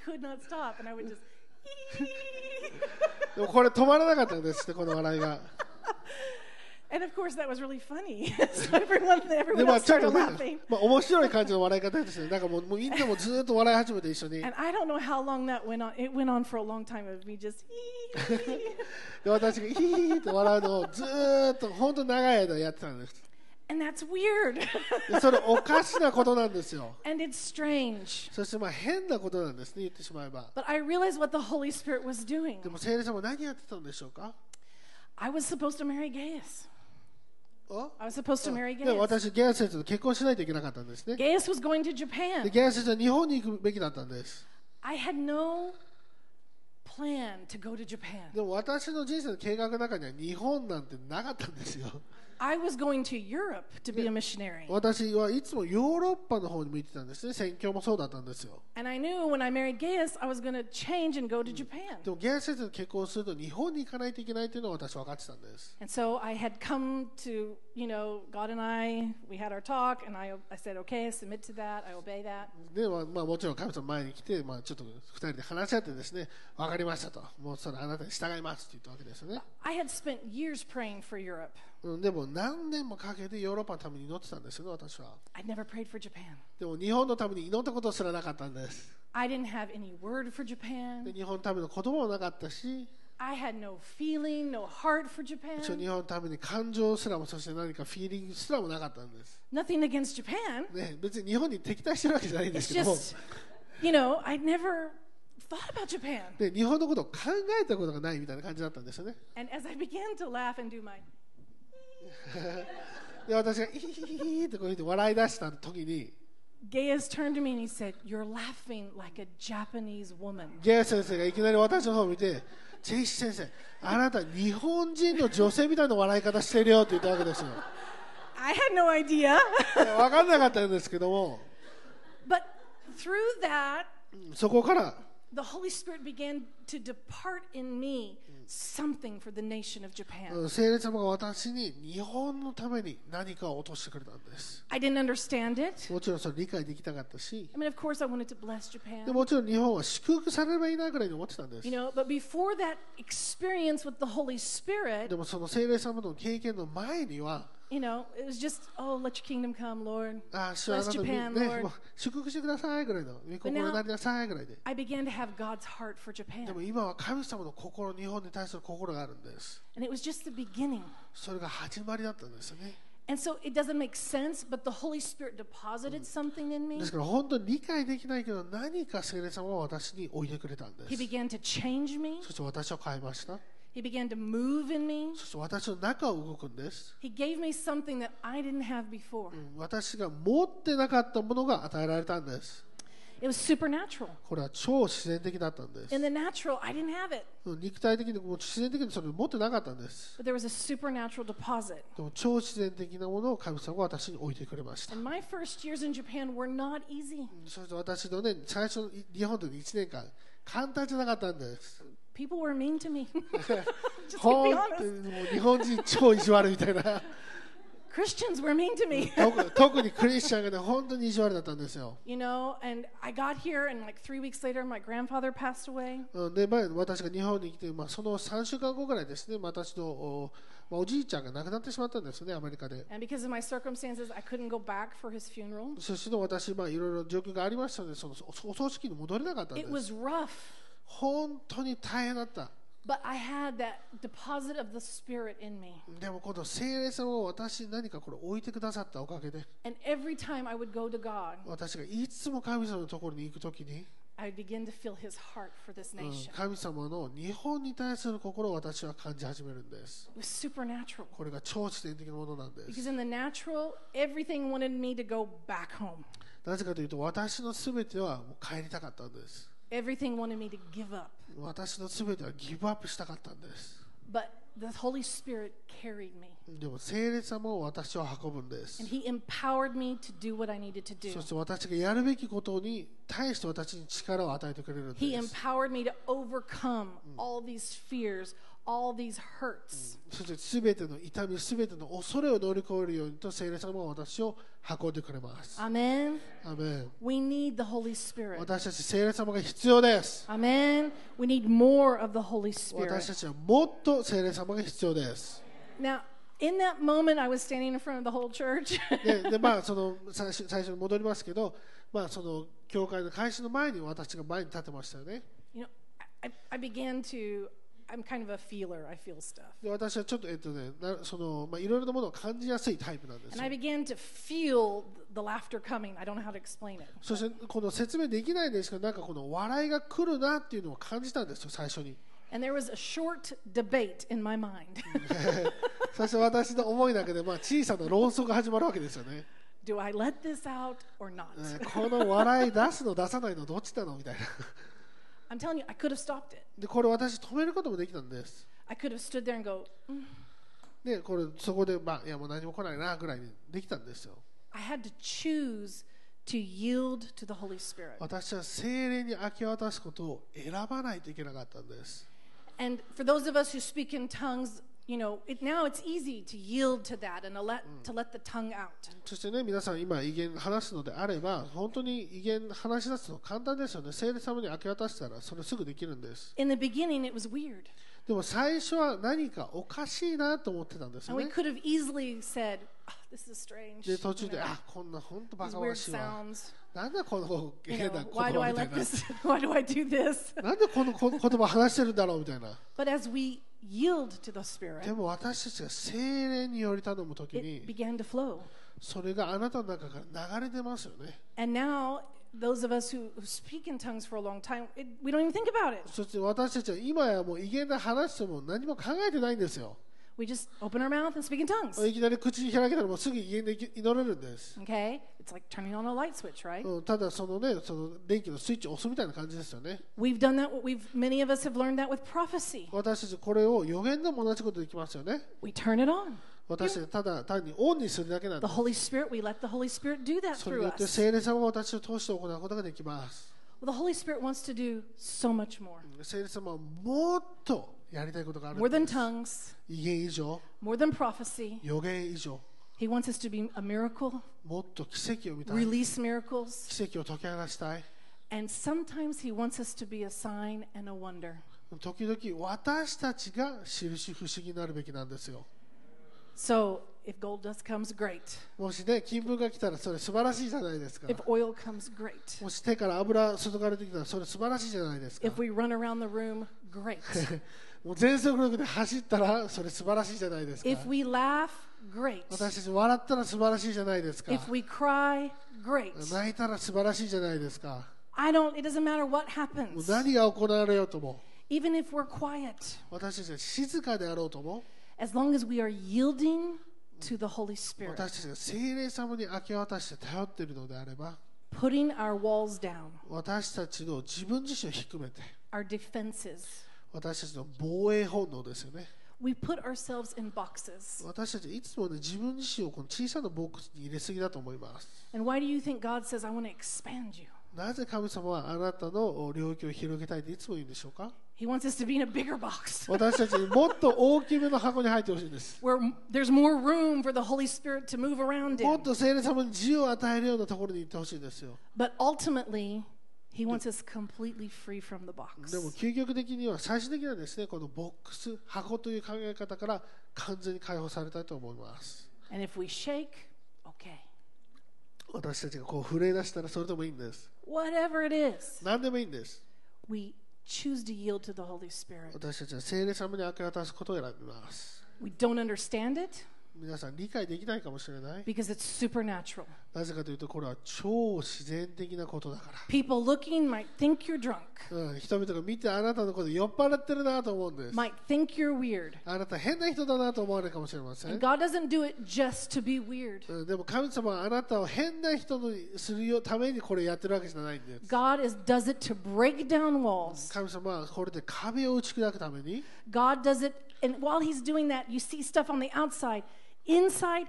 could not stop, and I would just.
でもこれ止まらなかったんですって、この笑いが。
and of course, that was really funny. so everyone,
で
everyone
まあ
else
ちょっ
started
と、
laughing.
まあ、面白い感じの笑い方ですね。なんかもうもうみんなもずっと笑い始めて一緒に。
And I don't know how long that went on. It went on for a long time of me just.
で私がヒヒヒって笑うのをずーっと本当長い間やってたんです。
and that's weird.
でそれおかしなことなんですよ。
and it's strange.
そしてまあ変なことなんですね、言ってしまえば。
But I realized what the Holy Spirit was doing.
でも聖霊様何やってたんでしょうか
I was supposed to marry Gaius.
お
I was supposed to marry
でも
Gaius.
私、ゲア先生と結婚しないといけなかったんですね。
Gaius was going to
で
Japan.
ゲア先生は日本に行くべきだったんです。
I had no plan to go to Japan.
でも私の人生の計画の中には日本なんてなかったんですよ。
I was going to Europe to be a missionary.
私はいつもヨーロッパの方に向いてたんですね。宣教もそうだったんですよ。
And I knew when I married Gaius, I was going to change and go to Japan.
でもゲア先生と結婚すると日本に行かないといけないというのは私分かってたんです。
And so I had come to, you know, God and I, we had our talk, and I, I said, okay, I submit to that, I obey that.
で、まあ、まあもちろん神様前に来て、まあ、ちょっと2人で話し合ってですね、分かりましたと。もうそれあなたに従いますって言ったわけですよね。
I had spent years praying for Europe.
うん、でも何年もかけてヨーロッパのために祈ってたんですよね、私は。
I'd never prayed for Japan.
でも日本のために祈ったことすらなかったんです。
I didn't have any word for
で
Japan.
日本のための言葉もなかったし、
I had no feeling, no heart for
一応
Japan.
日本のために感情すらも、そして何かフィーリングすらもなかったんです。
Nothing against Japan.
ね、別に日本に敵対してるわけじゃないんです
It's
けども、
just, you know, I'd never thought about Japan.
で日本のことを考えたことがないみたいな感じだったんですよね。
And as I began to laugh and do my,
で、私が、イヒヒヒヒってこう言って笑い出した時に、
Gaius turned to me and he said, You're laughing like a Japanese woman.
ゲア先生がいきなり私の方を見て、ジェイシー先生、あなた日本人の女性みたいな笑い方してるよって言ったわけですよ。
I had no idea.
で分かんなかったんですけども、
but through that,
そこから、
the Holy Spirit began to depart in me something for the nation of Japan.
うん聖霊様が私に日本のために何かを落としてくれたんです。
I didn't understand it.
もちろんそれ理解できなかったし、
I mean, of course, I wanted to bless
で
Japan.
もちろん日本は祝福されればいいなぐらいに思ってたんです
You。know, but before that experience with the Holy
で
Spirit,
もその聖霊様の経験の前には、
you know, it was just, oh, let your kingdom come, Lord.
ああ、主はあなた
Bless
み
Japan,
ね、
Lord.
もう祝福してくださいぐらいの、御心
now-
になりなさいぐらいで。
I began to have God's heart for
でも
Japan.
今は神様の心、日本に対する心があるんです。
And it was just the beginning.
それが始まりだったんですよね。
And so it doesn't make sense, but the Holy Spirit deposited something in me.
ですから本当に理解できないけど、何か聖霊様は私に置いてくれたんで
He
す。
began to change me.
そして私を変えました。
He began to move in me.
そして私の中を動くんです。
He gave me something that I didn't have before.
私が持ってなかったものが与えられたんです。
It was supernatural.
これは超自然的だったんで
In
す。
the natural, I didn't have it,
肉体的にもう自然的にそれを持ってなかったんです。
but there was a supernatural deposit.
でも超自然的なものを神様が私に置いてくれました。
And my first years in Japan were not easy.
そして私のね、最初の日本での1年間、簡単じゃなかったんです。
People were mean to me. Just to be
本当
honest,
にもう日本人超意地悪みたいな。
Christians were mean to me.
特 特にクリスチャンがね、本当に意地悪だったんですよ。
you know, and I got here, and like three weeks later, my grandfather passed away.
うんで、前私が日本に来て、まあ、その3週間後ぐらいですね、私のお,、まあ、おじいちゃんが亡くなってしまったんですよね、アメリカで。
And because of my circumstances, I couldn't go back for his funeral.
そして私、まあ、いろいろ状況がありましたので、そのおお葬式に戻れなかったんで
It
す。
was rough,
本当に大変だった。
but I had that deposit of the Spirit in me.
でも、この聖霊様を私に何かこれ置いてくださったおかげで、
And every time I would go to God,
私がいつも神様のところに行くときに、
I would begin to feel his heart for this
うん
nation.
神様の日本に対する心を私は感じ始めるんです。
It was supernatural.
これが超自然的なものなんで
Because
す。
in the natural, everything wanted me to go back home.
なぜかというと、私のすべてはもう帰りたかったんです。
Everything wanted me to give up.
私のすべてはギブアップしたかったんです。
But the Holy Spirit carried me.
でも、聖霊様を私を運ぶんです
And。he empowered me to do what I needed to do.
そして私がやるべきことに対して私に力を与えてくれるん
He
です。
empowered me to overcome all these fears, all these hurts.
そしてすべての痛み、すべての恐れを乗り越えるようにと聖霊様は私を運んでくれます。
Amen.
アーメン
We need the Holy Spirit.
私たち聖霊様が必要です。
Amen. We need more of the Holy
私
Spirit.
たちはもっと聖霊様が必要です。
Now, in that moment, I was standing in front of the whole church.
ででまあその最初最初に戻りますけど、まあ、その教会の開始の前に私が前に立ってましたよね
you know, I, I began to, I'm kind of a feeler, I feel stuff.
で私はちょっとえっとねなその、まあ、いろいろなものを感じやすいタイプなんです
And
よ
I began to feel the laughter coming. I don't know how to explain it.
そしてこの説明できないんですけどなんかこの笑いが来るなっていうのを感じたんですよ最初に
And there was a short debate in my mind
そして私の思いだけで、まあ、小さな論争が始まるわけですよね
Do I let this out or not?
ねこの笑い出すの出さないのどっちなのみたいな
I'm telling you, I could have stopped it.
でこれ私止めることもできたんです
I could have stood there and go, "Mm."
でこれそこで、まあ、いやもう何も来ないなぐらいにできたんですよ
I had to choose to yield to the Holy Spirit.
私は精霊に明け渡すことを選ばないといけなかったんです。
And for those of us who speak in tongues, you know, it, now it's easy to yield to that and to let, to let the tongue out.
そしてね、皆さん今、威厳話すのであれば、本当に威厳話し出すの簡単ですよね。精霊様に明け渡したら、それすぐできるんです。
In the beginning, it was weird.
でも最初は何かおかしいなと思ってたんです
And
よ
we could
ね。
have easily said, "Ah, this is strange.
で、途中
You
で、
know,
あ、こんな本当バ
these
カバカ
weird
しいわ。
sounds.
なんだこの
You
変
know,
な
why
言
do
葉
I
みたい
let
な。
this? Why do I do this?
なんでこのこ言葉話してるんだろうみたいな。
But as we yield to the Spirit,
でも私たちが精霊により頼むとき
it
に、
began to flow.
それがあなたの中から流れ出ますよね。
And now, those of us who, who speak in tongues for a long time, it, we don't even think about it.
そして私たちは今やもう威厳な話しても何も考えてないんですよ。
We just open our mouth and speak in tongues.
いきなり口開けたらもうすぐ威厳で祈れるんです。
Okay? It's like turning on a light switch, right?
うん、ただそのね、その電気のスイッチを押すみたいな感じですよね。
We've done that. We've many of us have learned that with prophecy.
私たちこれを予言でも同じことできますよね。
We turn it on.
私たちただ単にオンにするだけなん
The
で
Holy Spirit. We let the Holy Spirit do that
それに
through
よって
us.
聖霊様が私を通して行うことができます。
Well, the Holy Spirit wants to do so much more.
聖霊様はもっとやりたいことがある
More
んで
than tongues,
す。威厳以上、
more than prophecy.
予言以上、
He wants us to be a miracle,
もっと奇跡を見たい。
release miracles,
奇跡を解き放したい。
and sometimes he wants us to be a sign and a wonder.
時々私たちが印不思議になるべきなんですよ
So, if gold dust comes, great.
もしね金粉が来たらそれ素晴らしいじゃないですか
If oil comes, great.
もし手から油注がれてきたらそれ素晴らしいじゃないですか
If we run around the room, great.
もう全速力で走ったらそれ素晴らしいじゃないですか
If we laugh, great.
私たち笑ったら素晴らしいじゃないですか
If we cry, great.
泣いたら素晴らしいじゃないですか
I don't, it doesn't matter what
もう
happens.
何が行われようとも
Even if we're quiet,
私たちが静かであろうとも
as long as we are yielding to the Holy Spirit,
私たちが精霊様に明け渡して頼っているのであれば
putting our walls down,
私たちの自分自身を低めて
our defenses.
私たちの防衛本能ですよね
We put ourselves in boxes.
私たちいつもね自分自身をこの小さなボックスに入れすぎだと思います
And why do you think God says, I want to expand you?
なぜ神様はあなたの領域を広げたいっていつも言うんでしょうか
He wants us to be in a bigger box
私たちにもっと大きめの箱に入ってほしいんです
where m- there's more room for the Holy Spirit to move around
も
in.
っと聖霊様に自由を与えるようなところに行ってほしいんですよ
But ultimately, He wants us completely free from the box.
でも究極的には最終的にはですねこのボックス箱という考え方から完全に解放されたいと思います
And if we shake, okay.
私たちがこう震え出したらそれでもいいんです
Whatever it is,
何でもいいんです
we choose to yield to the Holy Spirit.
私たちは聖霊様に明け渡すことを選びます
We don't understand it
皆さん理解できないかもしれない
because it's supernatural.
なぜかというとこれは超自然的なことだか
People looking might think you're drunk,
ら、うん、人々が見てあなたのこと酔っ払ってるなと思うんです
might think you're weird.
あなた変な人だなと思われるかもしれませ
And
ん、
God doesn't do it just to be weird.
うん、でも神様はあなたを変な人にするよためにこれやってるわけじゃないんです
God is, does it to break down walls.
神様はこれで壁を打ち砕くために
God does it, and while He's doing that, you see stuff on the outside. Inside,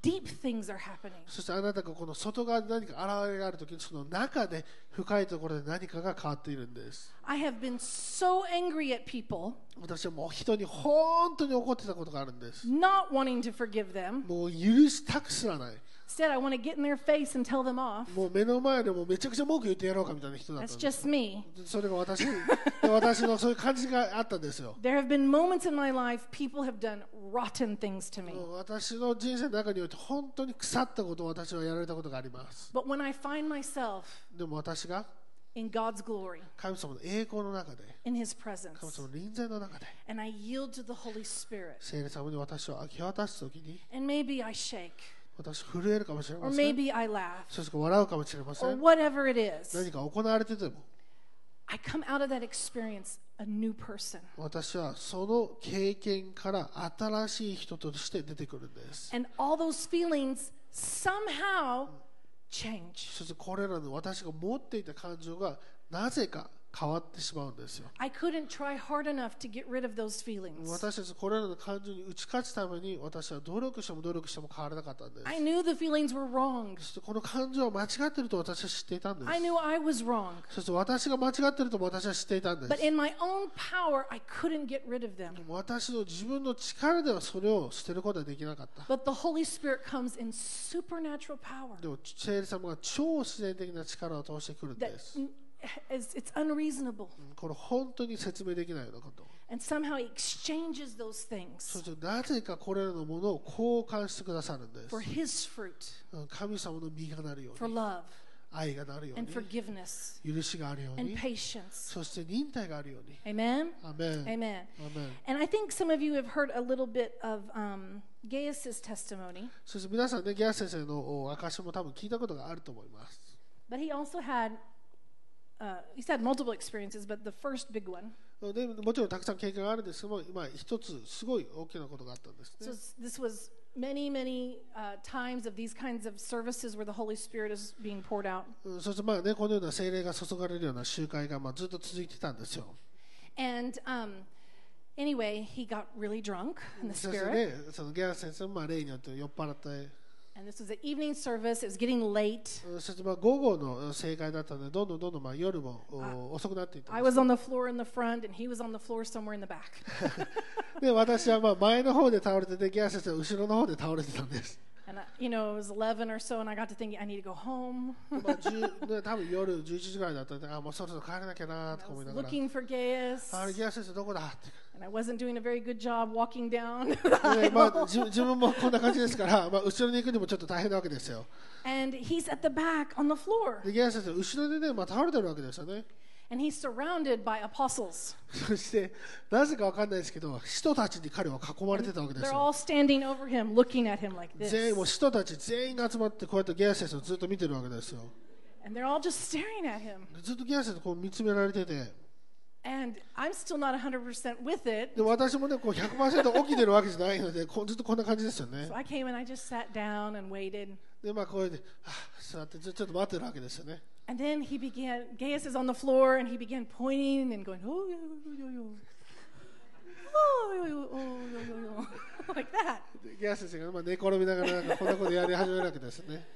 deep things are happening.
そしてあなたがこの外側で何か現れがあるときにその中で深いところで何かが変わっているんです
I have been so angry at people,
私はもう人に本当に怒ってたことがあるんです
not wanting to forgive them.
もう許したくすらない
Instead, I want to get in their face and tell them off.
もう目の前でもうめちゃくちゃ文句言ってやろうかみたいな人だった
That's
んです
just me.
それが私私のそういう感じがあったんですよ
There have been moments in my life people have done rotten things to me.
もう私の人生の中において本当に腐ったことを私はやられたことがあります
But when I find myself
でも私が
in God's glory,
神様の栄光の中で
in His
神
presence,
様の臨在の中で
and I yield to the Holy Spirit,
聖霊様に私を明け渡すときに
and maybe I shake,
私震えるかもしれ
or
ません
maybe I laugh,
そして笑うかもしれませ
or
ん
whatever it is,
何か行われてても
I come out of that experience a new person.
私はその経験から新しい人として出てくるんです
And all those feelings somehow change.
そしてこれらの私が持っていた感情がなぜか変わってしまうんですよ
I couldn't try hard enough to get rid of those feelings.
私たちこれらの感情に打ち勝つために私は努力しても努力しても変わらなかったんです
I knew the feelings were wrong.
そしてこの感情は間違ってると私は知っていたんで
I
す
knew I was wrong.
そして私が間違ってるとも私は知っていたんで
But
す
in my own power, I couldn't get rid of them.
私の自分の力ではそれを捨てることはできなかった
But the Holy Spirit comes in supernatural power
でも聖霊様が超自然的な力を通してくるん
that
です。
mm, is, it's unreasonable.
これ本当に説明できないようなこと。
And somehow He exchanges those
そ
things
してなぜかこれらのものを交換してくださるんです
for。His fruit,
うん神様の実がなるよう
for
に、
love
愛がなるよ
and
う
forgiveness
に、許しがあるよう
and
に、
patience.
そして忍耐があるように。
Amen?
アメン。アメン
Amen. And I think some of you have heard a little bit of um, Gaius's testimony,
そして皆さんね、ギアス先生のお証も多分聞いたことがあると思います。
but he also had uh, he's had multiple experiences, but the first big one.
でもちろんたくさん経験があるんですけども、今一つすごい大きなことがあったんですね
So。this was many, many uh, times of these kinds of services where the Holy Spirit is being poured out.
うんそしてまあね、このような精霊が注がれるような集会がまあずっと続いてたんですよ。
And um, anyway, he got really drunk in the
そして
Spirit.
ね、そのギャラ先生もまあ例によって酔っ払って、
And this was an evening service. It was getting late.
うんそしてまあ午後の正解だったので、どんどんどんどんまあ夜もお遅くなっていったん
I
です。
was on the floor in the front, and he was on the floor somewhere in the back.
で、私はまあ前の方で倒れてて、ギャラ先生は後ろの方で倒れてたんです。
and I, you know, it was 11 or so, and I got to thinking, I need to go home.
まあ、10 ね、多分夜11時ぐらいだったんで、あ、もうそろそろ帰らなきゃなーと
I
か思い
was
ながら。
looking for Gaius,
あれ、ギャラ先生どこだって。
and I wasn't doing a very good job walking down the
でま
aisle.
あ、自自分もこんな感じですから、まあ、後ろに行くにもちょっと大変なわけですよ。
And he's at the back on the floor,
で、ギャラ先生、後ろでね、まあ、倒れてるわけですよね。
and he's surrounded by apostles.
そして、なぜかわかんないですけど、人たちに彼は囲まれてたわけです
They're
よ。
all standing over him, looking at him like
全員もう
this.
人たち全員が集まってこうやってギアス先生をずっと見てるわけですよ
And they're all just staring at him.
ずっとギアス先生こう見つめられてて
And I'm still not 100% with it.
で私もねこう100%起きてるわけじゃないのでこうずっとこんな感じですよね
So I came and I just sat down and waited.
でまあこうやってはぁ座ってずちょっと待ってるわけですよね
And then he began, Gaius is on the floor, and he began pointing and going, oh, yo, yo, yo, yo. Oh, yo, yo, oh, yo, yo, yo. like that.
でギアス先生がまあ寝転びながらなんかこんなことやり始めるわけですよね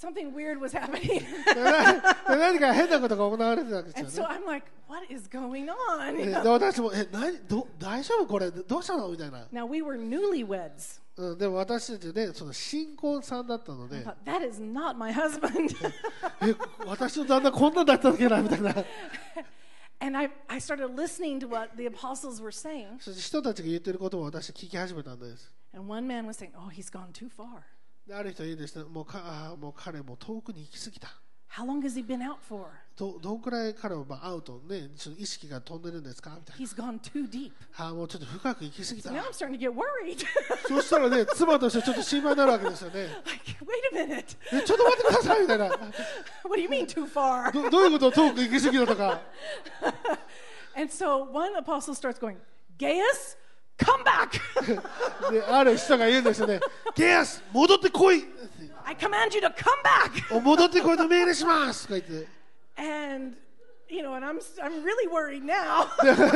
Something weird was happening.
でなで何か変なことが行われてたわけで
and
すよ
so
ね
I'm like, what is going on?
で
You
で
know?
私もえ何ど大丈夫これどうしたのみたいな、
Now, we were newlyweds.
うん、でも私たちねその新婚さんだったの
I
で
thought, that is not my husband.
え私の旦那こんなんだったっけなみたいな
and I, I started listening to what the apostles were saying.
そして人たちが言ってることを私聞き始めたんです。
And one man was saying, oh, he's gone too far.
である人は言うんですね、もうかあーもう彼もう遠くに行き過ぎた。
How long has he been out for?
どどんくらい彼はまあ会うとね、ちょっと意識が飛んでるんですかみたい
He's gone too deep.
な。あーもうちょっと深く行き過ぎ
So now
た。
I'm starting to get worried.
そしたらね、妻としてちょっと心配になるわけですよね。
like, wait a minute.
えちょっと待ってくださいみたいな。
What do you mean too far?
どどういうこと遠く行き過ぎだとか。
And so one apostle starts going, Gaius, come back.
で、ある人が言うんですよね、ゲアス、戻ってこい
I command you to come back.
お戻ってこいと命令しますとか言って。
And, you know, and I'm, I'm really worried now.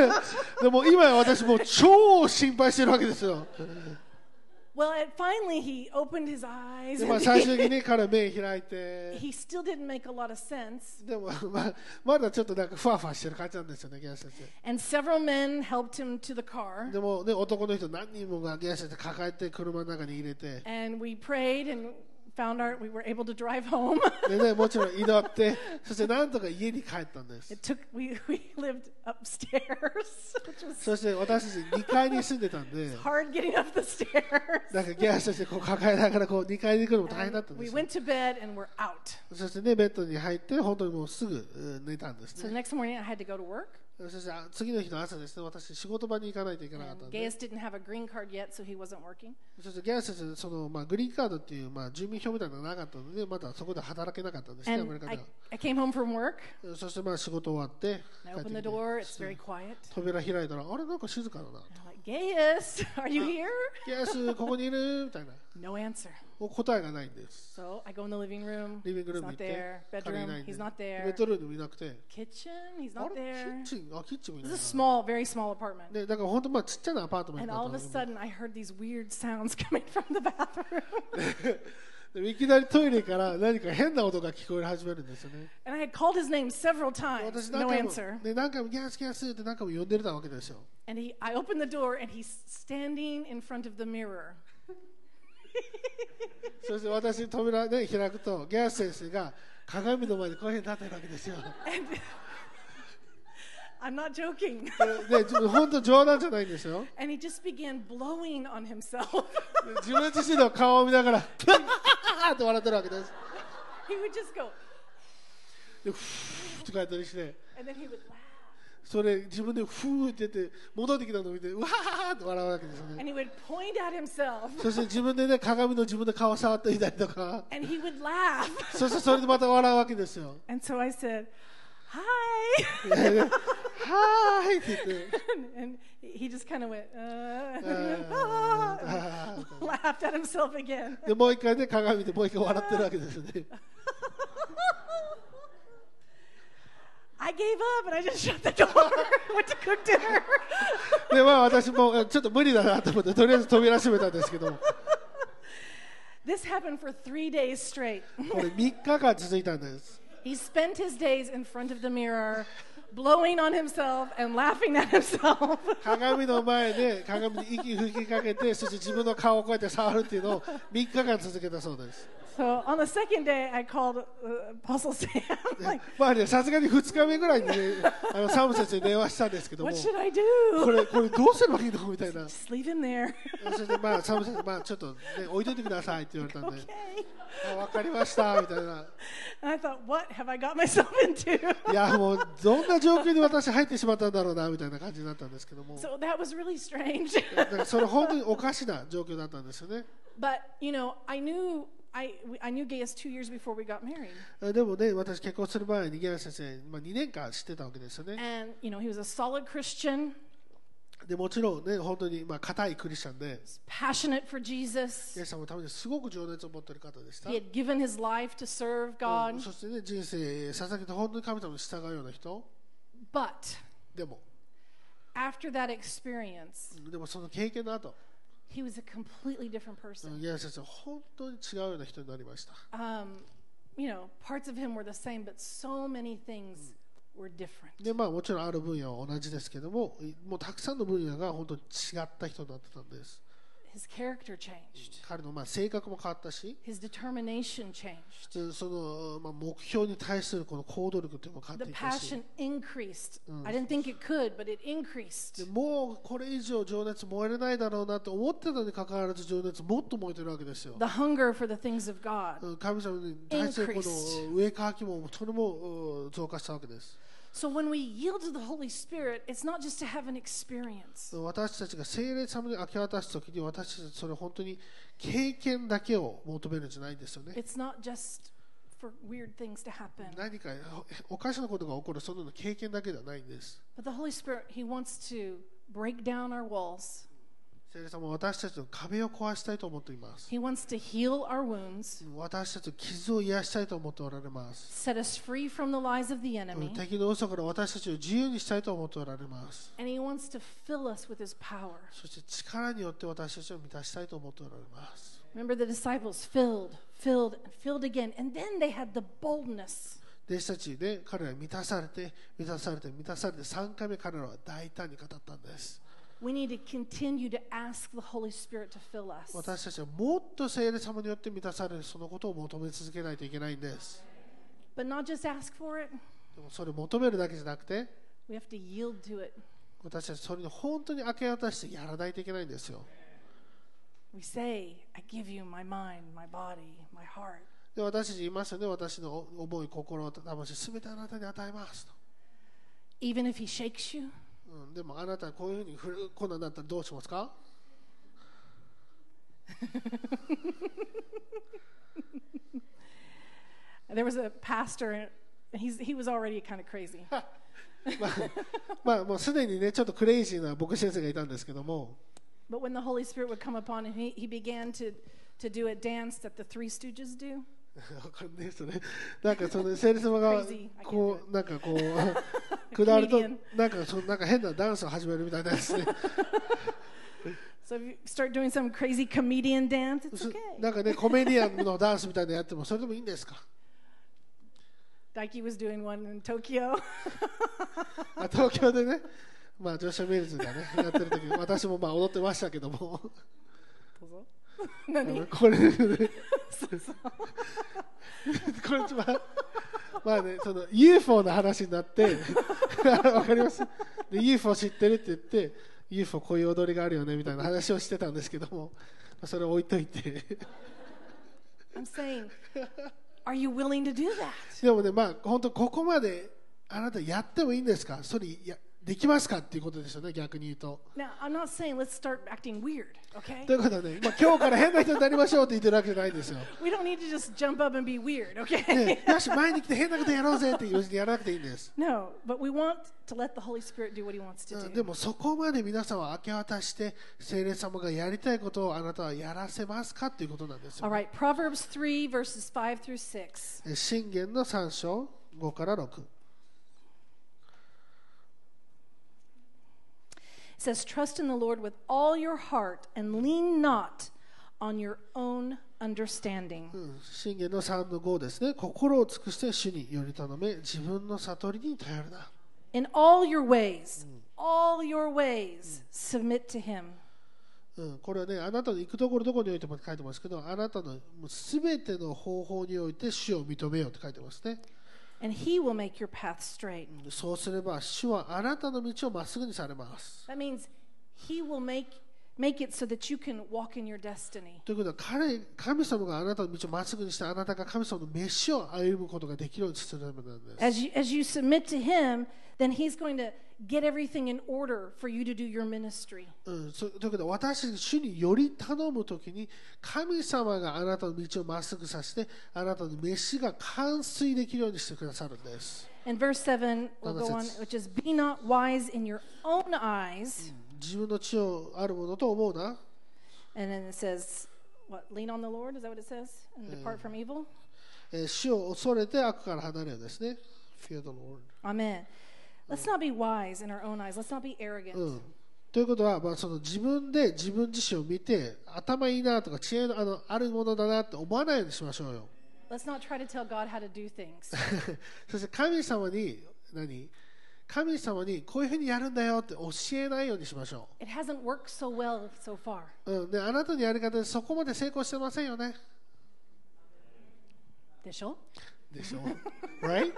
でも今私もう超心配してるわけですよ。
Well, and finally he opened his eyes.
でまあ、最終的に彼目開いて
he still didn't make a lot of sense.
でも、 まあ、まだちょっとなんかふわふわしてる感じなんですよねゲア先
And several men helped him to the
生
car.
でもね男の人何人もがゲア先生抱えて車の中に入れて
And we prayed and found our, we were able to drive home.
でねもちろん祈ってそしてなんとか家に帰ったんです
It took, we, we lived upstairs, which was
そして私たち2階に住んでたんで
hard getting up the stairs.
なんかゲア先生こう抱えながらこう2階に来るのも大変だったんで
We
すよ
went to bed and we're out.
そしてねベッドに入って本当にもうすぐうん寝たんです
So the
ね
next morning I had to go to work.
そしてあ次の日の朝ですね私仕事場に行かないといけなかったん
And
で
Gaius didn't have a green card yet, so he wasn't working.
そしてギャラ先生その、まあ、グリーンカードっていう、まあ、住民票みたいなのがなかったのでまだそこで働けなかったんですねアメリ
And
カで
I,
は
I came home from work.
そしてまあ仕事終わって
and I
帰っ
opened
てき
the
て
door. It's very quiet.
扉開いたらあれなんか静かだな
I'm like, Gaius, are you here?
「イエスここにいる」みたいな
No answer.
お答えがないんです
So I go in the living room.
リビング
He's
ルーム行
not
って
there.
彼いな
Bedroom,
いんで
he's
ベ
not
ッ
there.
ドルームいなくて
Kitchen, he's
あ
not
れキ
there.
ッチンあキッチンもい
This
な
is a
い
small, very small apartment.
でだから本当まあちっちゃなアパートメン
And
トだ
all
っ
of
た
a
ん
sudden,
だけ
I heard these weird sounds coming from the bathroom.
ど でいきなりトイレから何か変な音が聞こえ始めるんですよ ね
And I had called his name several
私
times.
何
No
回も
answer.
で何回もギャスギャスって何回も呼んでたわ けですよ
And he, I opened the door, and he's standing in front of the mirror.
そして私扉で開くとギャス先生が鏡の前でこういうふうに立ってるわけですよ
And I'm not joking.
でで本当冗談じゃないんですよ
And he just began blowing on himself.
で自分自身の顔を見ながら って笑ってるわけです
he would just go,
でフーって書いたりして
and then he would laugh.
それ自分でフーって言って戻ってきたのを見てうわーって笑うわけですよ
And
ね
he would point at himself,
そして自分でね鏡の自分の顔触ってみたりとか
and he would laugh.
そしてそれでまた笑うわけですよ
And so I said, Hi.
ではーいって言って
and, and he just kind of went, uh, and
あ
ah,
ー Uh, あ
and laughed at himself again.
ーでもう一回ね鏡でもう一回笑ってるわけですよね
I gave up and I just shut the door, went to cook dinner.
でまあ私もえちょっと無理だなと思ってとりあえず扉閉めたんですけども
this happened for three days straight.
これ3日間続いたんです
He spent his days in front of the mirror, blowing on himself and laughing at himself.
鏡の前で鏡に息吹きかけてそして自分の顔をこうやって触るっていうのを3日間続けたそうです
so on the second day, I called uh, Apostle Sam, like,
まあねさすがに2日目ぐらいに、ね、あのサム先生に電話したんですけども
what should
こ
I do?
れこれどうすればいいのみたいな
Just leave him there.
そしてまあサム先生、まあ、ちょっと、ね、置いといてくださいって言われたんで
okay.
あ "Oh, わかりましたみたいな
And I thought, what have I got myself into?
いやもうどんな状況に私入ってしまったんだろうなみたいな感じになったんですけども
So that was really strange.
だからそれ本当におかしな状況だったんですよね
but you know, I knew I we- I knew Gaius two years before we got married,
でもね私結婚する前にギャラ先生、まあ、2年間知ってたわけですよね
and you know he was a solid Christian,
でもちろんね、本当にまあ固いクリスチャンで、
passionate for Jesus.
イエス様のためにすごく情熱を持っている方でした。
He had given his life to serve God,
そしてね、人生捧げて本当に神様に従うような人。
but
でも、
after that experience,
でもその経験の後、
he was a completely different person.
イエス先生は本当に違うような人になりました。
Um, you know, parts of him were the same, but so many things were different.
で、まあもちろんある分野は同じですけども、もうたくさんの分野が本当に違った人になってたんです。
His character changed.
彼のまあ性格も変わったし、
His determination changed.
でそのまあ目標に対するこの行動力というのも変わ
The
っていったし。
passion increased. I didn't think it could, but it increased.
でもうこれ以上情熱燃えれないだろうなと思ってたのにかかわらず情熱もっと燃えてるわけですよ
The hunger for the things of God.
うん神様に対するこ
Increased.
の上かきもそれもうん増加したわけです
So when we yield to the Holy Spirit, it's not just to have an experience.
私たちが聖霊様に明け渡す時に私たちそれ本当に経験だけを求めるんじゃないんですよね
It's not just for weird things to happen.
何かおおかしなことが起こるそんなの経験だけではないんです
But the Holy Spirit, He wants to break down our walls.
聖霊様は私たちの壁を壊したいと思っています。
He wants to heal our wounds,
私たちの傷を癒したいと思っておられます。
set us free from the lies of the
うん
enemy,
敵の嘘から私たちを自由にしたいと思っておられます。
and He wants to fill us with His power.
そして力によって私たちを満たしたいと思っておられます。
Remember, the disciples filled, filled, and filled again, and then they had the boldness.
弟子たちで彼らは満たされて、満たされて、満たされて、3回目彼らは大胆に語ったんです。
We need to continue to ask the Holy Spirit to fill us.
私たちはもっと聖霊様によって満たされるそのことを求め続けないといけないんです。
But not just ask for it,
でもそれ求めるだけじゃなくて、
we have to yield to it.
私たちそれに本当に明け渡してやらないといけないんですよ。
We say, I give you my mind, my body, my heart.
で私たち言いますよね、私の思い、心、魂、すべてあなたに与えますと。
Even if He shakes you,
うん、でもあなたはこういうふうに振るこんなんなったらどうしますか
There was a pastor, and he's, he was already kind of crazy.
まあ、まあ、もうすでにね、ちょっとクレイジーな牧師先生がいたんですけども、
But when the Holy Spirit would come upon him, he, he began to, to do a dance that the Three Stooges do.
わかんないですよね。なんかその聖霊様が
Crazy. I can't do it.
こうなんかこう下ると
Comedian.
なんかそのなんか変なダンスを始めるみたいなやつね。
So if you start doing some crazy comedian dance, it's
そ
okay.
なんかねコメデ ィアンのダンスみたいなのやってもそれでもいいんですか。
Dikey was doing one in Tokyo.
あ東京でね、まあジョシュアミルズがねやってる時私もまあ踊ってましたけども、
Nani?
これこれ一番まあねその UFO の話になって わかりますで UFO 知ってるって言って UFO こういう踊りがあるよねみたいな話をしてたんですけどもまあそれを置いといて
I'm saying, are you willing to do that?
でもねまあ本当ここまであなたやってもいいんですかそれやできますかっていうことですよね逆に言うと。
Now, I'm not saying let's start acting weird, okay?
ということで、ねまあ、今日から変な人になりましょうって言ってるわけじゃないんですよ。
We don't need to just jump up and be weird, okay?
ねよし、前に来て変なことやろうぜって言うにやらなくていいんです。
No, but we want to let the Holy Spirit do what He wants to
で
do.
もそこまで皆さんは明け渡して聖霊様がやりたいことをあなたはやらせますかということなんですよ
All。right, Proverbs 3, verses 5 through 6.
え信玄の3章5から6。
It says, Trust in the Lord with all your heart and lean not on your own understanding.
うん信玄の3の5ですね。心を尽くして主により頼め、自分の悟りに頼るな。
In all your ways, all your ways, submit to Him.
うん、これはね、あなたの行くところどこにおいても書いてますけど、あなたのすべての方法において主を認めようって書いてますね。
And He will make your path straight.
そうすれば主はあなたの道をまっすぐにされます。
That means He will make, make it so that you can walk in your destiny.
ということは彼神様があなたの道をまっすぐにしてあなたが神様の飯を歩むことができるようにするためなんです。
As you, as you submit to Him, then He's going to get everything in order for you to do your ministry.
うん、そということで私主により頼むときに神様があなたの道をまっすぐさせてあなたの飯が完遂できるようにしてくださるんです。
And verse 7 will
Well,
go on,
that's-
which is Be not wise in your own eyes.
自分の地をあるものと思うな。
And then it says, what, lean on the Lord? Is that what it says?
Mm.
And depart from evil?
えー主を恐れて悪から離れよですね。Fear the Lord.
Amen. Let's not be wise in our own eyes. Let's not be arrogant.
うん、ということは、まあ、その自分で自分自身を見て頭いいなとか知恵のあのあるものだなって思わないようにしましょうよ
Let's not try to tell God how to do things.
そして神様に何神様にこういうふうにやるんだよって教えないようにしましょ
it hasn't worked so well so far.
う、うん、であなたのやり方でそこまで成功してませんよね
Dishel?
でしょ right?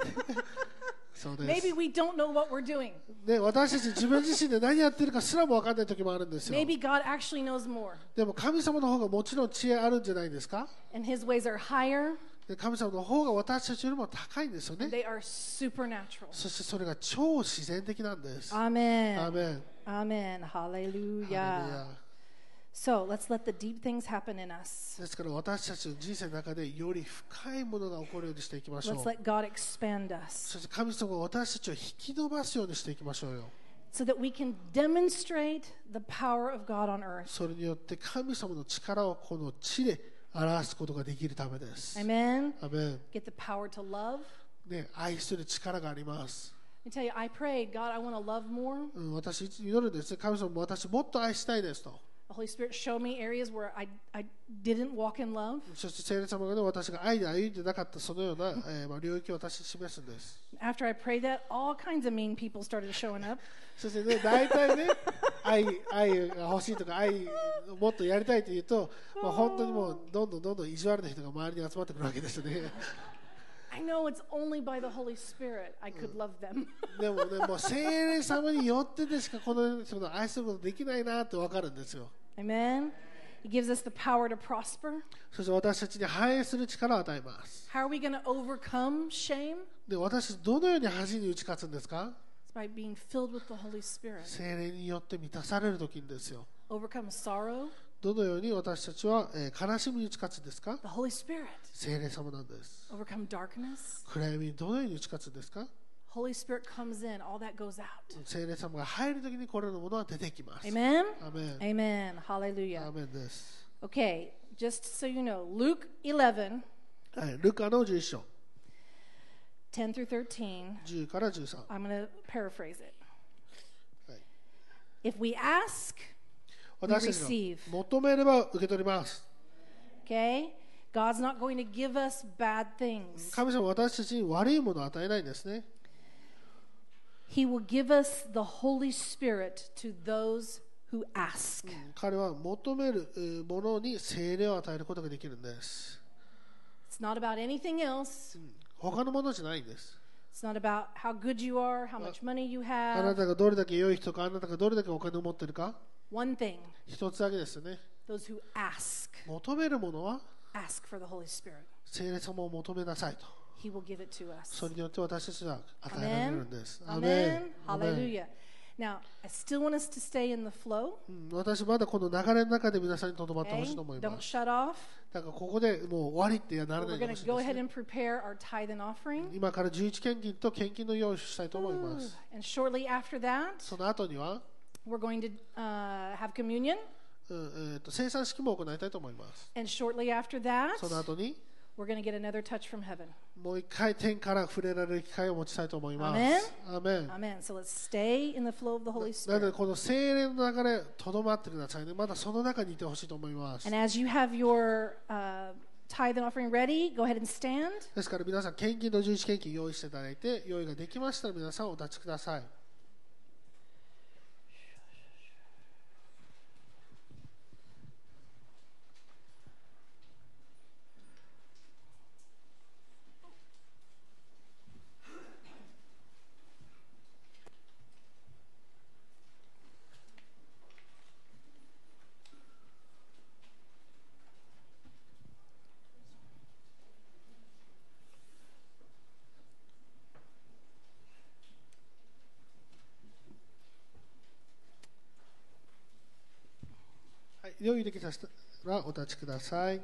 そうです
Maybe we don't know what we're doing.
ね、私たち自分自身で何やってるかすらも分かんない時もあるんですよ
Maybe God actually knows more,
でも神様の方がもちろん知恵あるんじゃないですか
and His ways are higher,
で神様の方が私たちよりも高いんですよね
they are supernatural.
そしてそれが超自然的なんです。
Amen.
アー
Amen.
メン。ハレル
Hallelujah.
ヤ
So let's let the deep things happen in us.
ですから私たちの人生の中でより深いものが起こるようにしていきましょ
Let's
う。
let God expand us.
そして神様が私たちを引き伸ばすようにしていきましょうよ。
so that we can demonstrate the power of God on earth.
それによって神様の力をこの地で表すことができるためです。
Amen.
アメン
Get the power to love.
ね、愛する力があります。
I tell you, I prayed, God, I want to love more.
うん、私、いつ祈るんですね。神様も私もっと愛したいですと。
The Holy Spirit showed me areas where I, I didn't walk in love.
そして聖霊様がね、私が愛で歩んでなかったそのような、えーまあ、領域を私に示すんです。
After I prayed that, all kinds of mean people started showing up.
そしてね、大体ね、愛愛
uh,
が欲しいとか、愛をもっとやりたいというと、まあ、本当にもう、どんどんどんどん意地悪な人が周りに集まってくるわけですね。
I know it's only by the Holy Spirit I could love them.
でもね、もう聖霊様によってでしかこの人の愛することできないなって分かるんですよ。
Amen. He gives us the power to prosper.
そして私たちに反映する力を与えます。
How are we going to overcome shame?
で、私、どのように恥に打ち勝つんですか
It's by being filled with the Holy Spirit.
聖霊によって満たされる時にですよ。
Overcome sorrow,
どのように私たちは、えー悲しみに打ち勝つんですか
the Holy Spirit.
聖霊様なんです。
Overcome darkness.
暗闇にどのように打ち勝つんですか
Holy Spirit comes in, all that goes out.
聖霊様が入る時にこれらのものは出てきます。
Amen.
アメン
Amen.
ア
Hallelujah.
メンです。
Okay, just so you know, Luke 11,
はい、ルカの11章、
10 through 13.
10から13。
I'm going to paraphrase it.
Right.
If we ask,
私たち
receive.
が求めれば受け取ります。
okay, God's not going to give us bad things.
神様は私たちに悪いものを与えないんですね。
He will give us the Holy Spirit to those who ask.
彼は求めるえーものに精霊を与えることができるんです。
It's not about anything else.
他のものじゃないんです。
It's not about how good you are, how much money you
あな
have.
たがどれだけ良い人か、あなたがどれだけお金を持ってるか、
One thing
一つだけですよね。
those who ask,
求めるものは
ask for the Holy Spirit.
精霊様を求めなさいと。
He will give it to us.
それによって私たちは与えられる
Amen.
んです。
Amen.
アメン
Hallelujah. Now, I still want us to stay in the flow.
うん私まだこの流れの中で皆さんにとどまってほ
Okay?
しいと思いま
Don't
す。
shut off.
だからここでもう終わりってはならな
We're
いで
going
ほし
to
いん
go
です
ahead
ね
and prepare our tithe and offering.
今から11献金と献金の用意をしたいと思います。
And shortly after that,
その後には、
we're going to uh, have communion.
うんえーと生産式も行いたいと思います。
And shortly after that,
その後に
we're going to get another touch from heaven.
もう一回天から触れられる機会を持ちたいと思います。アメン
Amen. So let's stay in the flow of the Holy
なので
Spirit.
この精霊の流れ、とどまってくださいね。まだその中にいてほしいと思います。
And as you have your uh, tithe and offering ready, go ahead and stand.
ですから皆さん、献金の11献金用意していただいて、用意ができましたら皆さんお立ちください。はい、用意できた人はお立ちください。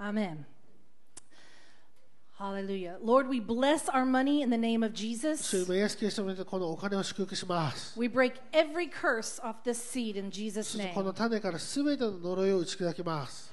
Amen. Hallelujah. Lord, we bless our money in the name of
主
Jesus.
イエスキリストによってこのお金を祝福します。
We break every curse off this seed in Jesus'
そしてこの
name.
種からすべての呪いを打ち砕きます。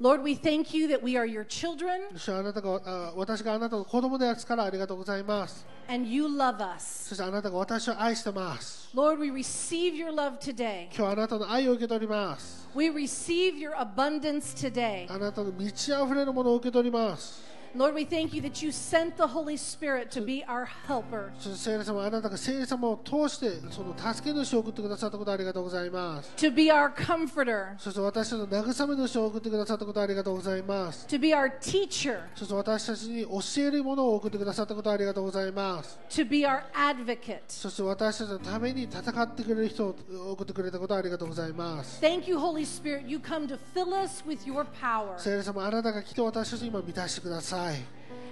Lord, we thank you that we are your children
主あなたがあ私があなたの子供であるからありがとうございます。
and you love us.
そしてあなたが私を愛してます。
Lord, we receive your love today.
今日あなたの愛を受け取ります。
We receive your abundance today.
あなたの満ち溢れるものを受け取ります。
Lord, we thank you that you sent the Holy Spirit to be our helper.
そして聖霊様あなたが聖霊様を通してその助け主を送ってくださったことありがとうございます
to be our comforter,
そして私たちの慰め主を送ってくださったことありがとうございます
to be our teacher,
そして私たちに教えるものを送ってくださったことありがとうございます
to be our advocate.
そして私たちのために戦ってくれる人を送ってくれたことありがとうございます
Thank you, Holy Spirit. You come to fill us with your power.
聖霊様あなたが来て私たちを今満たしてください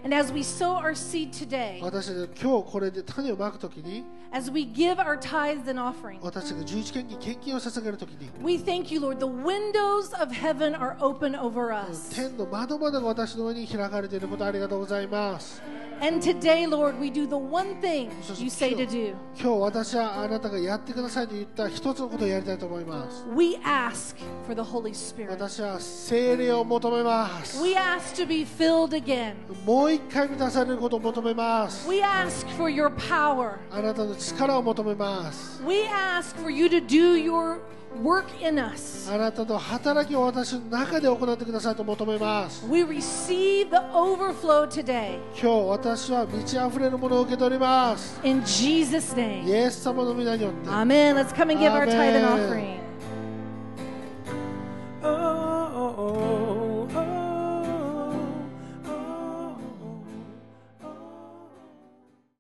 And as we sow our seed today,
私たちは今日これで種をまくときに
as we give our tithes and offerings,
私たちが十一献金献金を捧げるときに
we thank you, Lord. The windows of heaven are open over us.
天の窓までが私の上に開かれていることありがとうございます
And today, Lord, we do the one thing
そして
you say
今
to
日
do.
今日私はあなたがやってくださいと言った一つのことをやりたいと思います
We ask for the Holy Spirit.
私は聖霊を求めます
We ask to be filled again.
もう一回満たされることを求めます
We ask for your power.
あなたの力を求めます
We ask for you to do your work in us.
あなたの働きを私の中で行ってくださいと求めます
We receive the overflow today
今日私は満ち溢れるものを受け取ります
in Jesus'
イ
name.
エス様の皆によって
Amen. Let's come and give our tithe and
Amen.
offering.